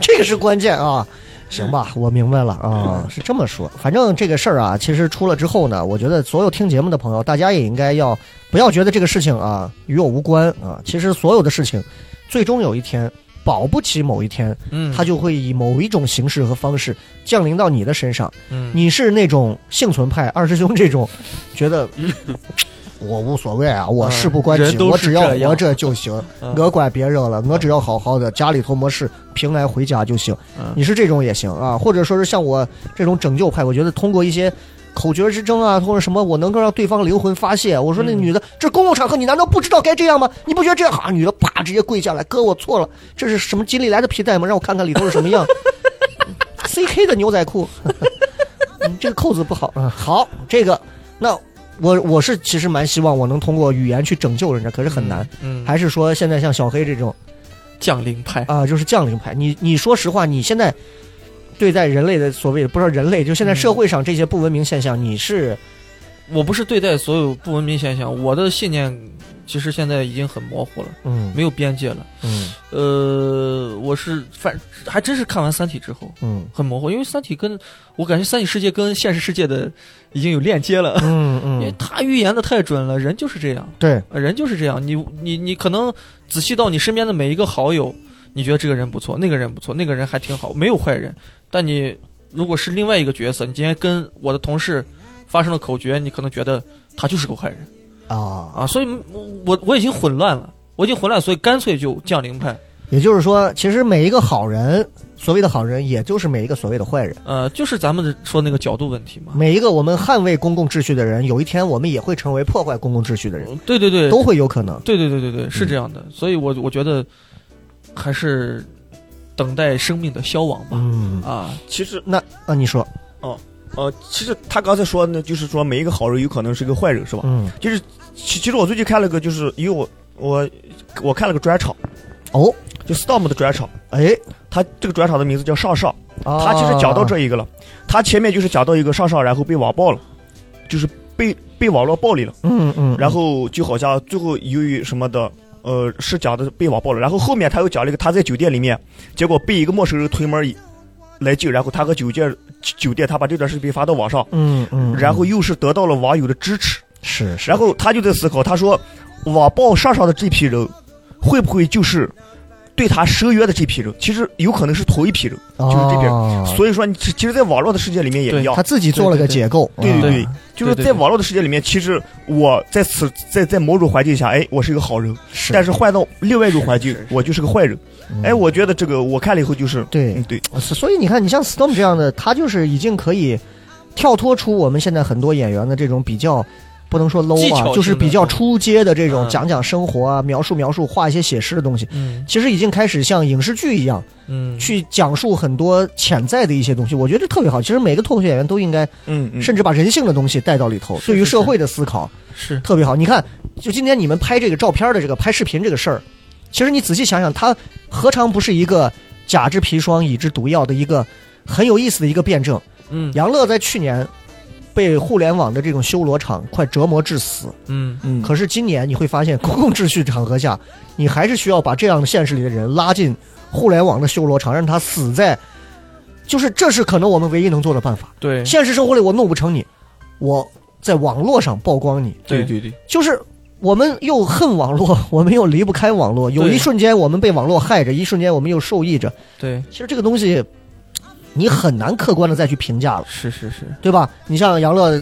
D: 这个是关键啊。行吧，我明白了
G: 嗯
D: 啊，是这么说。反正这个事儿啊，其实出了之后呢，我觉得所有听节目的朋友，大家也应该要不要觉得这个事情啊与我无关啊。其实所有的事情，最终有一天，保不齐某一天，
G: 嗯，
D: 它就会以某一种形式和方式降临到你的身上。
G: 嗯
D: 你是那种幸存派，二师兄这种，觉 得我无所谓啊，我事不关
G: 嗯人
D: 己，
G: 都
D: 我
G: 是
D: 只要
G: 这样
D: 活着就行，
G: 嗯
D: 我管别人了，我只要好好的，家里头没事，平安回家就行
G: 嗯。
D: 你是这种也行啊，或者说是像我这种拯救派，我觉得通过一些。口角之争啊，或者什么，我能够让对方灵魂发泄。我说那
G: 嗯
D: 女的，这公共场合，你难道不知道该这样吗？你不觉得这样好？女的啪直接跪下来，哥，我错了，这是什么锦里来的皮带吗？让我看看里头是什么样。CK 的牛仔裤， 嗯这个扣子不好。啊。好，这个那我我是其实蛮希望我能通过语言去拯救人家，可是很难。。
G: 嗯，还
D: 还是说现在像小黑这种
G: 降临派，
D: 啊、就是降临派，你你说实话，你现在对待人类的所谓的不是人类，就现在
B: 嗯
D: 社会上这些不文明现象，你是
G: 我不是对待所有不文明现象，我的信念其实现在已经很模糊了，
D: 嗯
G: 没有边界了。
D: 嗯
G: 呃，我是反还真是看完《三体》之后
D: 嗯
G: 很模糊，因为《三体跟》我感觉《三体》世界跟现实世界的已经有链接了，
D: 嗯
G: 因为
D: 嗯，
G: 他预言的太准了，人就是这样，
D: 对，
G: 呃人就是这样。你你你可能仔细到你身边的每一个好友，你觉得这个人不错，那个人不错，那个人还挺好，没有坏人。但你如果是另外一个角色，你今天跟我的同事发生了口角，你可能觉得他就是个坏人
D: 啊，
G: 啊，所以我我我已经混乱了，我已经混乱，所以干脆就降临派。
D: 也就是说，其实每一个好人，所谓的好人，也就是每一个所谓的坏人。
G: 呃，就是咱们说那个角度问题嘛。
D: 每一个我们捍卫公共秩序的人，有一天我们也会成为破坏公共秩序的人，
G: 对对对，
D: 都会有可能。
G: 对对对对对，是这样的。所以我我觉得还是等待生命的消亡吧。
D: 嗯，
G: 啊，
B: 其实，
D: 那啊，你说，
B: 呃，其实他刚才说呢，就是说每一个好人有可能是个坏人，是吧？
D: 嗯，
B: 就是其其实我最近看了个，就是因为我我我看了个专场，
D: 哦，
B: 就 Storm 的专场，
D: 哎，
B: 他这个专场的名字叫上上，
D: 啊
B: 他其实讲到这一个了，他前面就是讲到一个上上，然后被网暴了，就是被被网络暴力了，
D: 嗯嗯，
B: 然后就好像最后由于什么的。呃，是讲的被网暴了，然后后面他又讲了一个他在酒店里面，结果被一个陌生人推门来进，然后他和酒店酒店他把这段视频发到网上，
D: 嗯嗯，
B: 然后又是得到了网友的支持，
D: 是是，
B: 然后他就在思考，他说网暴上上的这批人，会不会就是对他施约的这批人？其实有可能是同一批人，就是这边。
D: 哦
B: 所以说，你其其实，在网络的世界里面也一样
D: 他。自己做了个解构，
B: 哦对对对
D: 啊，
B: 就是
G: 对对
B: 在
G: 对
B: 网络的世界里面，其实我在此在在某种环境下，哎，我是一个好人，
D: 是，
B: 但是换到另外一种环境
D: 是是，
B: 我就是个坏人。
D: 嗯
B: 哎，我觉得这个我看了以后就是，
D: 对
B: 嗯对，
D: 所所以你看，你像 Storm 这样的，他就是已经可以跳脱出我们现在很多演员的这种比较。不能说
G: 技
D: low
G: 巧性
D: 啊，
G: 的
D: 就是比较出街的这种
G: 嗯
D: 讲讲生活啊，描述描述，画一些写诗的东西，
G: 嗯
D: 其实已经开始像影视剧一样
G: 嗯，
D: 去讲述很多潜在的一些东西。我觉得这特别好。其实每个脱口秀演员都应该，
B: 嗯嗯，
D: 甚至把人性的东西带到里头，
G: 是
D: 对于
G: 是
D: 社会的思考，
G: 是
D: 特别好。你看，就今天你们拍这个照片的这个拍视频这个事儿，其实你仔细想想，它何尝不是一个甲之砒霜，乙之毒药的一个很有意思的一个辩证？
G: 嗯
D: 杨乐在去年被互联网的这种修罗场快折磨致死，
G: 嗯
B: 嗯，
D: 可是今年你会发现，公共秩序场合下，你还是需要把这样的现实里的人拉进互联网的修罗场，让他死在，就是这是可能我们唯一能做的办法。
G: 对
D: 现实生活里我弄不成你，我在网络上曝光你，
G: 对
B: 对对，
D: 就是我们又恨网络， 我们又离不开网络。有
G: 对
D: 一瞬间我们被网络害着，一瞬间我们又受益着。
G: 对
D: 其实这个东西，你很难客观的再去评价了，
G: 是是是，
D: 对吧？你像杨乐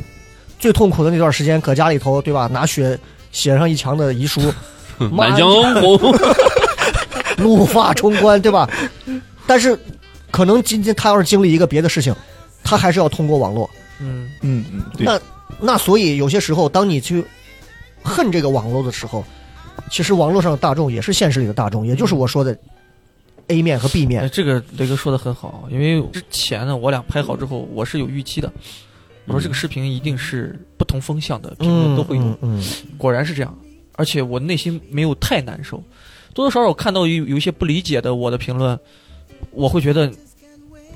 D: 最痛苦的那段时间，搁家里头，对吧？拿血写上一墙的遗书，妈
F: 满江 红，
D: 怒发冲冠，对吧？但是，可能今天他要是经历一个别的事情，他还是要通过网络。
G: 嗯
B: 嗯嗯对，
D: 那那所以有些时候，当你去恨这个网络的时候，其实网络上的大众也是现实里的大众，也就是我说的 A 面和 B
G: 哎，
D: 面。
G: 这个雷哥说的很好，因为之前呢，我俩拍好之后，我是有预期的，我说这个视频一定是不同风向的评论
D: 嗯，
G: 呃都会有，
D: 嗯嗯，
G: 果然是这样，而且我内心没有太难受，多多少少我看到有有一些不理解的我的评论，我会觉得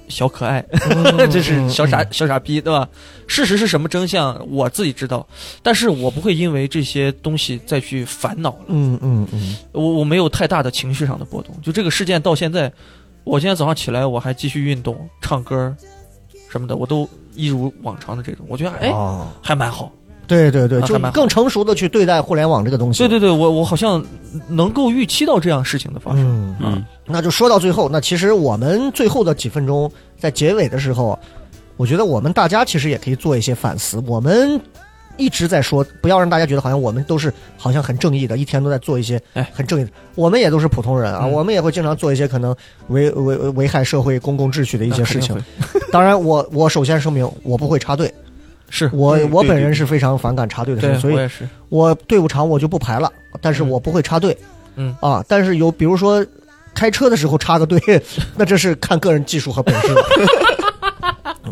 G: 小可爱，
D: 嗯
G: 这是小傻
D: 嗯
G: 小傻逼，对吧？事实是什么真相，我自己知道，但是我不会因为这些东西再去烦恼了。
D: 嗯嗯嗯，
G: 我我没有太大的情绪上的波动。就这个事件到现在，我今天早上起来我还继续运动、唱歌，什么的，我都一如往常的这种。我觉得哎，
D: 哦，
G: 还蛮好。
D: 对对对，
G: 啊
D: 就
G: 还蛮好
D: 更成熟的去对待互联网这个东西。
G: 对，对对，我我好像能够预期到这样事情的发生。
D: 嗯。
F: 嗯，
D: 那就说到最后，那其实我们最后的几分钟，在结尾的时候，我觉得我们大家其实也可以做一些反思。我们一直在说，不要让大家觉得好像我们都是好像很正义的，一天都在做一些
G: 哎
D: 很正义的。我们也都是普通人啊，
G: 嗯
D: 我们也会经常做一些可能危危危害社会公共秩序的一
G: 那
D: 些
G: 肯
D: 事
G: 定
D: 情
G: 会。
D: 当然我，我首先声明，我不会插队，
G: 是，
D: 我
B: 嗯
D: 我
B: 对
D: 本
B: 对
D: 人
B: 对
D: 是非常反感插队的事
G: 对
D: 情，所以
G: 我也是，
D: 我队伍长我就不排了，但是我不会插队。
G: 嗯
D: 啊，但是有比如说开车的时候插个 队，那这是看个人技术和本事了。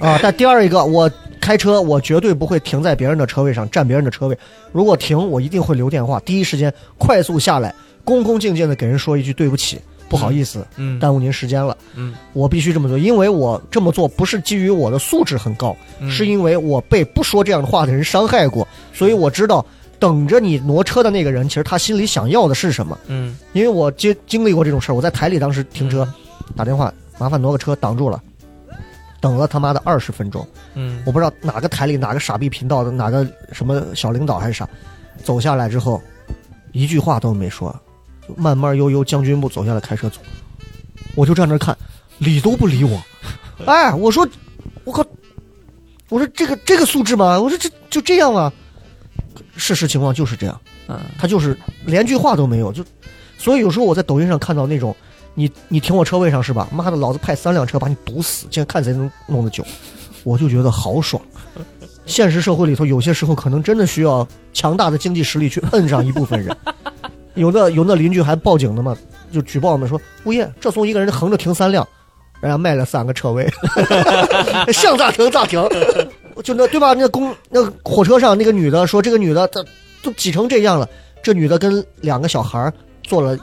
D: 啊，但第二一个，我开车我绝对不会停在别人的车位上占别人的车位，如果停我一定会留电话，第一时间快速下来，恭恭敬敬的给人说一句对不起，不好意思，
G: 嗯，
D: 耽误您时间了。
G: 嗯，
D: 我必须这么做，因为我这么做不是基于我的素质很高，
G: 嗯
D: 是因为我被不说这样的话的人伤害过，所以我知道等着你挪车的那个人，其实他心里想要的是什么。
G: 嗯
D: 因为我接经历过这种事儿，我在台里当时停车，打电话，麻烦挪个车挡住了，等了他妈的二十分钟，
G: 嗯
D: 我不知道哪个台里哪个傻逼频道的哪个什么小领导还是啥，走下来之后，一句话都没说，就慢慢悠悠将军步走下来开车走，我就站那儿看，理都不理我， 哎，我说，我靠，我说这个这个素质吗？我说这就这样啊，事实情况就是这样，
G: 嗯
D: 他就是连句话都没有，就，所以有时候我在抖音上看到那种。你你停我车位上是吧？妈的，老子派三辆车把你堵死，今天看谁能弄得久。我就觉得豪爽。现实社会里头，有些时候可能真的需要强大的经济实力去摁上一部分人。有的有那邻居还报警的嘛，就举报我们说，物业这从一个人横着停三辆，人家卖了三个车位，想咋停咋停。就那对吧？那公那火车上那个女的说，这个女的她都挤成这样了，这女的跟两个小孩儿坐了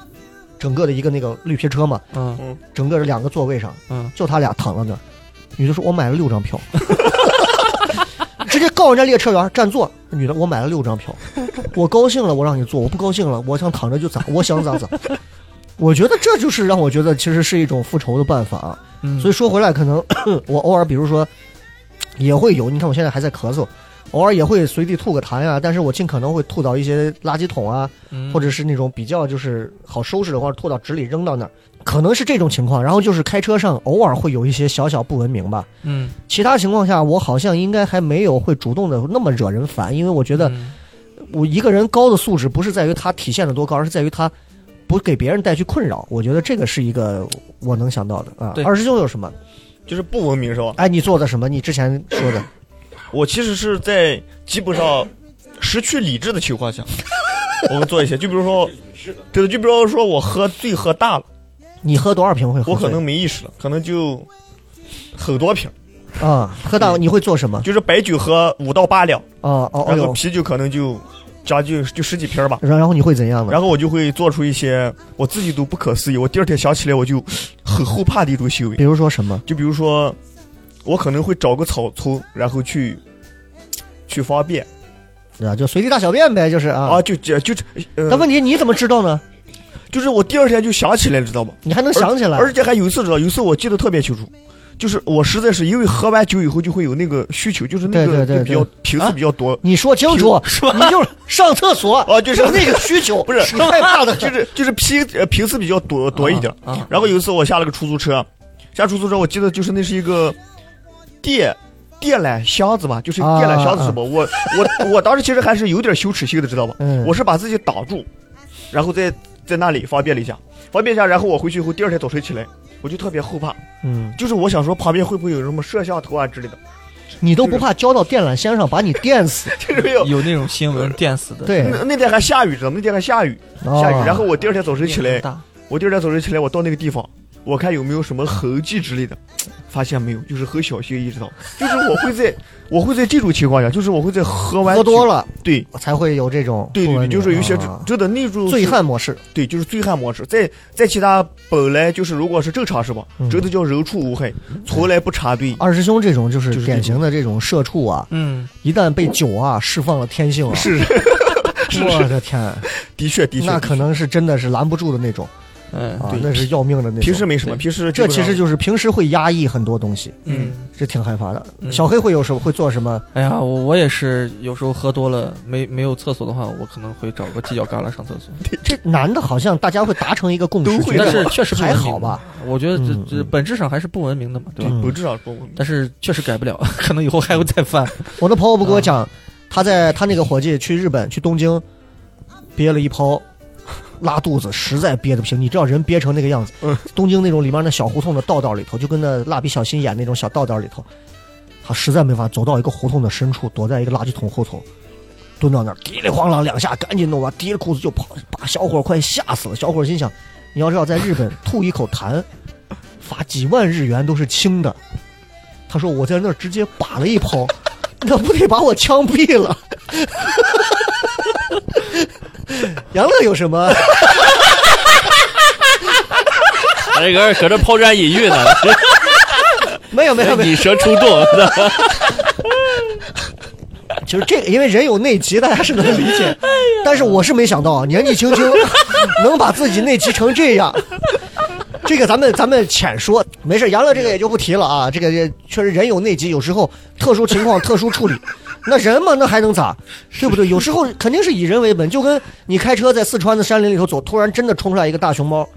D: 整个的一个那个绿皮车嘛，
G: 嗯
D: 整个的两个座位上，
G: 嗯，
D: 就他俩躺在那儿。女的说：“我买了六张票， 直接告人家列车员占座。”女的，我买了六张票， 我高兴了，我让你坐；我不高兴了，我想躺着就咋，我想咋咋。 我觉得这就是让我觉得其实是一种复仇的办法啊。
G: 嗯，
D: 所以
G: 以
D: 说回来，可能我偶尔比如说也会有，你看我现在还在咳嗽，偶尔也会随地吐个痰呀、但是我尽可能会吐到一些垃圾桶啊，
G: 嗯
D: 或
B: 嗯
D: 者是那种比较就是好收拾的，或者吐到纸里扔到那儿，可能是这种情况。然后就是开车上偶尔会有一些小小不文明吧，
G: 嗯，
D: 其他情况下我好像应该还没有会主动的那么惹人烦，因为我觉
G: 觉
B: 嗯
D: 得我一个人高的素质不是在于他体现的多高，而是在于他不给别人带去困扰。我觉得这个是一个我能想到的啊
G: 对。
D: 二师兄有什么？
B: 就是不文明是吧？
D: 哎，你做的什么？你之前说的，
B: 我其实是在基本上失去理智的情况下，我会做一些，就比如说，对的，就比如说我喝醉喝大了，
D: 你喝多少瓶会喝醉？
B: 我可能没意识了，可能就很多瓶，
D: 啊，喝大你会做什么？
B: 嗯就是白酒喝五到八两，
D: 啊哦哦
B: 然后
D: 哟，
B: 啤酒可能就加就就十几瓶吧。
D: 然然后你会怎样呢？
B: 然后我就会做出一些我自己都不可思议，我第二天想起来我就很后怕的一种行为
D: 比。如说什么？
B: 就比如说，我可能会找个草丛，然后去去方便
D: 啊，就随地大小便呗，就是啊
B: 啊，。就就就呃
D: 但，问题你怎么知道呢？
B: 就是我第二天就想起来了，知道吗？
D: 你还能想起来？
B: 而且还有一次知道，有一次我记得特别清楚，就是我实在是因为喝完酒以后就会有那个需求，就是
D: 对
B: 那
D: 对
B: 个
D: 对啊
B: 就比较频次比较多，
D: 你说清 楚，你就是上厕所
B: 啊就是
D: 有那个需求，
B: 不是
D: 你害怕的，
B: 就是就是频呃频次比较多多一点。
G: 啊，
B: 然后有一次我下了个出租车，下出租车我记得就是那是一个电电缆箱子吧，就是电缆箱子吧。我我我当时其实还是有点羞耻心的，知道吧？
D: 啊嗯
B: 我是把自己挡住，然后在在那里方便了一下，方便一下，然后我回去以后第二天早晨起来，我就特别后怕，
D: 嗯，
B: 就是我想说旁边会不会有什么摄像头啊之类的，
D: 你都不怕浇到电缆线上把你电死？
B: 就是没有。
G: 有那种新闻电死的，
D: 对，
B: 那那天还下雨，知道吗？那天还下雨，下雨。
D: 嗯哦嗯
B: 然后我第二天早晨起来
G: 面，大，
B: 我第二天早晨起来，我到那个地方，我看有没有什么痕迹之类的，发现没有，就是很小心翼翼，知道吗？就是我会在，我会在这种情况下，就是我会在喝完
D: 哦喝多
B: 酒，
D: 了
B: 对
D: 才会有这种
B: 对
D: 不
B: 对
D: 文
B: 对，
D: 明
B: 就是有一些
D: 啊
B: 真的那种
D: 醉，汉模式。
B: 对，就是醉汉模式，在在其他本来就是如果是正常是吧
D: 嗯，啊
B: 真的叫人畜无害，从来不插队，
D: 二师兄这种就是
B: 就是
D: 典型的这种社畜啊，
G: 嗯，
D: 一旦被酒啊释放了天性啊，
B: 是
D: 我的天，
B: 的确 的确，
D: 那可能是真的是拦不住的那种
G: 嗯
D: 啊
B: 对，
D: 那是要命的那种。
B: 平时没什么，平时
D: 这
B: 基
D: 其
B: 本上
D: 实就是平时会压抑很多东西，
G: 嗯，
D: 这挺害怕的。
G: 嗯
D: 小黑会有什么会做什 么？
G: 哎呀，我我也是，有时候喝多了没没有厕所的话，我可能会找个犄角旮旯上厕所，
D: 这男的好像大家会达成一个共识
B: 都，会
D: 觉
G: 但
D: 得
G: 是确实不文
D: 还
G: 明
D: 好吧？？
G: 我觉得这
D: 嗯
G: 这
D: 嗯
G: 本质上还是不文明的嘛，对吧？
D: 嗯
B: 不知道不
G: 但是确实改不了， 可能以后还会再犯。
D: 我的朋友不跟我讲，他在他那个伙计去日本去东京，憋了一泡，拉肚子，实在憋得不行。你知道人憋成那个样子，
B: 嗯
D: 东京那种里面那小胡同的道道里头，就跟那蜡笔小新演那种小道道里头，他实在没法，走到一个胡同的深处，躲在一个垃圾桶后头。蹲到那儿，滴里哐啷两下，赶紧弄完，提着裤子就跑，把小伙儿快吓死了。小伙儿心想，你要是要在日本吐一口痰，罚几万日元都是轻的。他说我在那儿直接把了一泡，那不得把我枪毙了？杨乐有什么？
E: 他这个人搁这抛砖引玉呢，
D: 没 有没有没
E: 引
D: 有。
E: 蛇出洞。
D: 其实这个，因为人有内急，大家是能理解。但是我是没想到，啊年纪轻轻 能把自己内急成这样。这个咱们咱们浅说，没事。杨乐这个也就不提了啊，这个也确实人有内急，有时候特殊情况特殊处理。 那人嘛，那还能咋？对不对？有时候肯定是以人为本，就跟你开车在四川的山林里头走，突然真的冲出来一个大熊猫。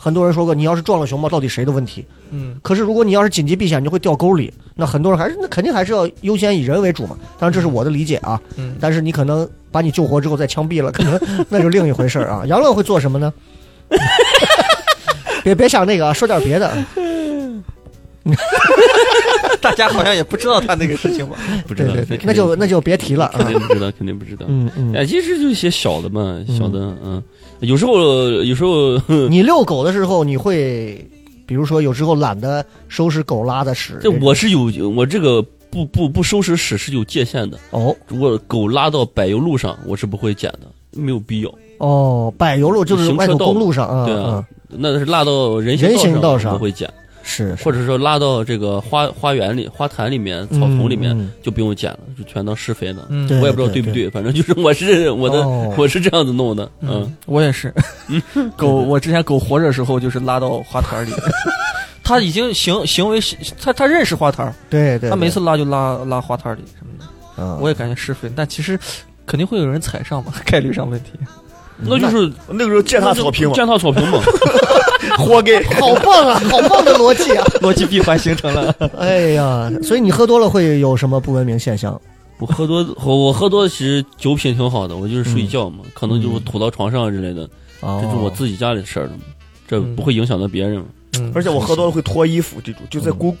D: 很多人说过，你要是撞了熊猫，到底谁的问题？
G: 嗯，
D: 可是如果你要是紧急避险，你就会掉沟里。那很多人还是那肯定还是要优先以人为主嘛。当然这是我的理解啊。
G: 嗯
D: 但是你可能把你救活之后再枪毙了，可 能那就另一回事儿啊。杨乐会做什么呢？ 别别想那个啊，说点别的。
G: 大家好像也不知道他那个事 情吧？
E: 不知
D: 对
E: 道
D: 对对，那就那就别提了
E: 肯
D: 啊。
E: 定不知道，肯定不知道。
D: 嗯嗯，
E: 哎，其实就一些小的嘛，
D: 嗯
E: 小的，嗯，有时候有时 候
D: 你遛狗的时候，你会比如说有时候懒得收拾狗拉的屎，
E: 这我是有我这个不不不收拾屎是有界限的。
D: 哦
E: 如果狗拉到柏油路上，我是不会捡的，没有必要。
D: 哦，柏油路就是
E: 行车
D: 外头
E: 道
D: 公路上啊
E: 对
D: 啊
E: 啊，，那是拉到人
D: 人行
E: 行
D: 道
E: 道
D: 上
E: 我不会捡，
D: 是是
E: 或者说拉到这个花花园里、花坛里面、草丛里面、
D: 嗯嗯
E: 就不用捡了，就全当施肥了。
G: 嗯，
D: 对
E: 我也不知道
D: 对
E: 不
D: 对
E: 对，反正就是我是我的、
D: 哦
E: 我是这样子弄的，嗯
G: 嗯，我也是。狗，我之前狗活着的时候就是拉到花坛里，它已经行行为是，它它认识花坛儿，
D: 对对，
G: 它每
D: 对
G: 次拉就拉拉花坛里什么的。
D: 嗯，
G: 我也感觉是分，但其实肯定会有人踩上嘛， 概率上问题。
E: 嗯
F: 那就是
B: 那个时候践踏草坪嘛，
F: 践踏草坪嘛。
B: 活该。
D: 好棒啊，好棒的逻辑啊！
G: 逻辑闭环形成了，
D: 哎呀，所以你喝多了会有什么不文明现象？
F: 我喝多，我我喝多其实酒品挺好的，我就是睡觉嘛，可能就是吐到床上之类的，
D: 哦
F: 这是我自己家里的事儿了嘛，这不会影响到别人。
G: 嗯
B: 而且我喝多了会脱衣服，这种
D: 嗯
B: 就在公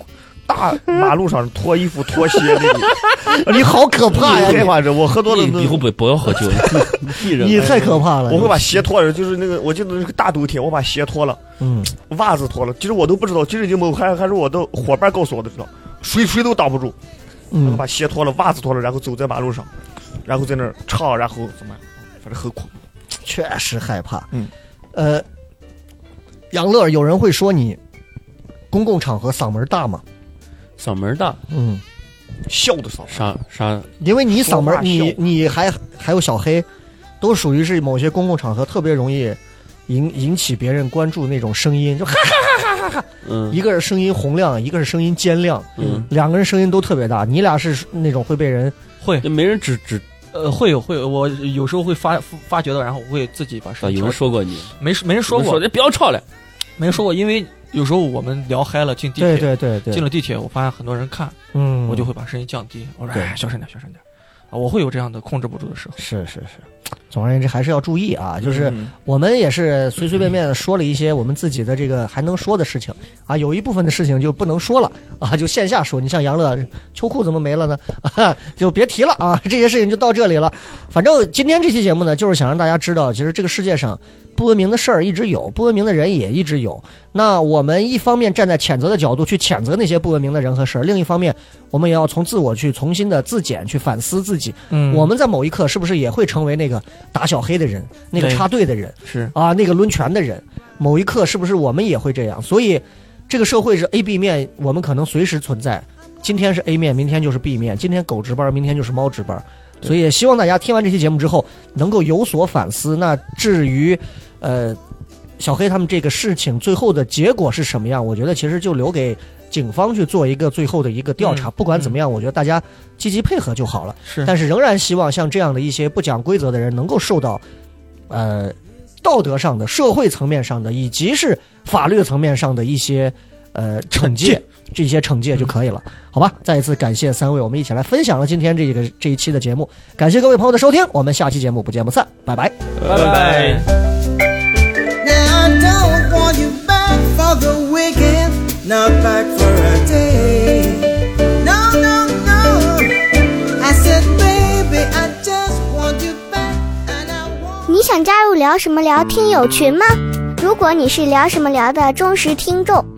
B: 大马路上脱衣服脱鞋那种。
D: 你好可怕
B: 哎 你
D: 呀！
B: 开玩笑，我喝多了哎
F: 你以后不不要喝酒，
D: 你
F: 艺
E: 啊
F: 人
D: 你太可怕了！
B: 我会把鞋脱了，就是那个，我记得那个大冬天，我把鞋脱了，
D: 嗯，
B: 袜子脱了，其实我都不知道，其实已经没有，还还是我的伙伴告诉我的，知道，谁谁都挡不住，
D: 嗯
B: 我把鞋脱了，袜子脱了，然后走在马路上，然后在那儿唱，然后怎么样，反正很恐怖。
D: 确实害怕。
B: 嗯，
D: 呃，杨乐，有人会说你公共场合嗓门大吗？
F: 嗓门大，
D: 嗯，
B: 笑的嗓，
F: 啥啥
D: 因为你嗓
B: 说
D: 门，
B: 话
D: 你
B: 笑
D: 你还还有小黑，都属于是某些公共场合特别容易引引起别人关注那种声音，就哈哈
F: 嗯
D: 一个是声音洪亮，一个是声音尖亮，
F: 嗯，
D: 两个人声音都特别大。你俩是那种会被人
G: 会
F: 这没人指指
G: 呃会有会有，我有时候会发发觉到，然后我会自己把
F: 啊，
G: 声音
F: 有人
G: 调
F: 说过你，
G: 没没人说过
F: 你不要吵了，
G: 没人说过，因为有时候我们聊嗨了进地
D: 对对
G: 铁，
D: 对对
G: 进，了地铁，我发现很多人看，
D: 嗯，
G: 我就会把声音降低，我说
D: 对
G: 哎小声点小声点，啊我会有这样的控制不住的时候。
D: 是是是。总而言之，还是要注意啊！就是我们也是随随便便地说了一些我们自己的这个还能说的事情啊，有一部分的事情就不能说了啊，就线下说。你像杨乐， 秋裤怎么没了呢？ 啊，就别提了啊，这些事情就到这里了。反正今天这期节目呢，就是想让大家知道，其实这个世界上不文明的事儿一直有，不文明的人也一直有。那我们一方面站在谴责的角度去谴责那些不文明的人和事儿，另一方面，我们也要从自我去重新的自检，去反思自己，
G: 嗯
D: 我们在某一刻是不是也会成为那个打小黑的人，那个
G: 对
D: 插队的人
G: 是
D: 啊，那个抡拳的人？某一刻是不是我们也会这样？所以，这个社会是 A、B 面，我们可能随时存在。今天是 A 面，明天就是 B 面；今天狗值班，明天就是猫值班。所以，也希望大家听完这期节目之后能够有所反思。那至于，呃，小黑他们这个事情最后的结果是什么样，我觉得其实就留给警方去做一个最后的一个调查。
G: 嗯
D: 不管怎么样，我觉得大家积极配合就好了。
G: 是，
D: 但是仍然希望像这样的一些不讲规则的人能够受到，呃，道德上的、社会层面上的，以及是法律层面上的一些呃惩戒，嗯这些惩戒就可以了，好吧？再一次感谢三位，我们一起来分享了今天这个这一期的节目，感谢各位朋友的收听，我们下期节目不见不散，拜拜。
G: 拜拜。
C: Now I don't want you back for the weekend, not back for a day. No, no, no. I said, baby, I just want you back, and I want.
A: 你想加入聊什么聊听友群吗？如果你是聊什么聊的忠实听众，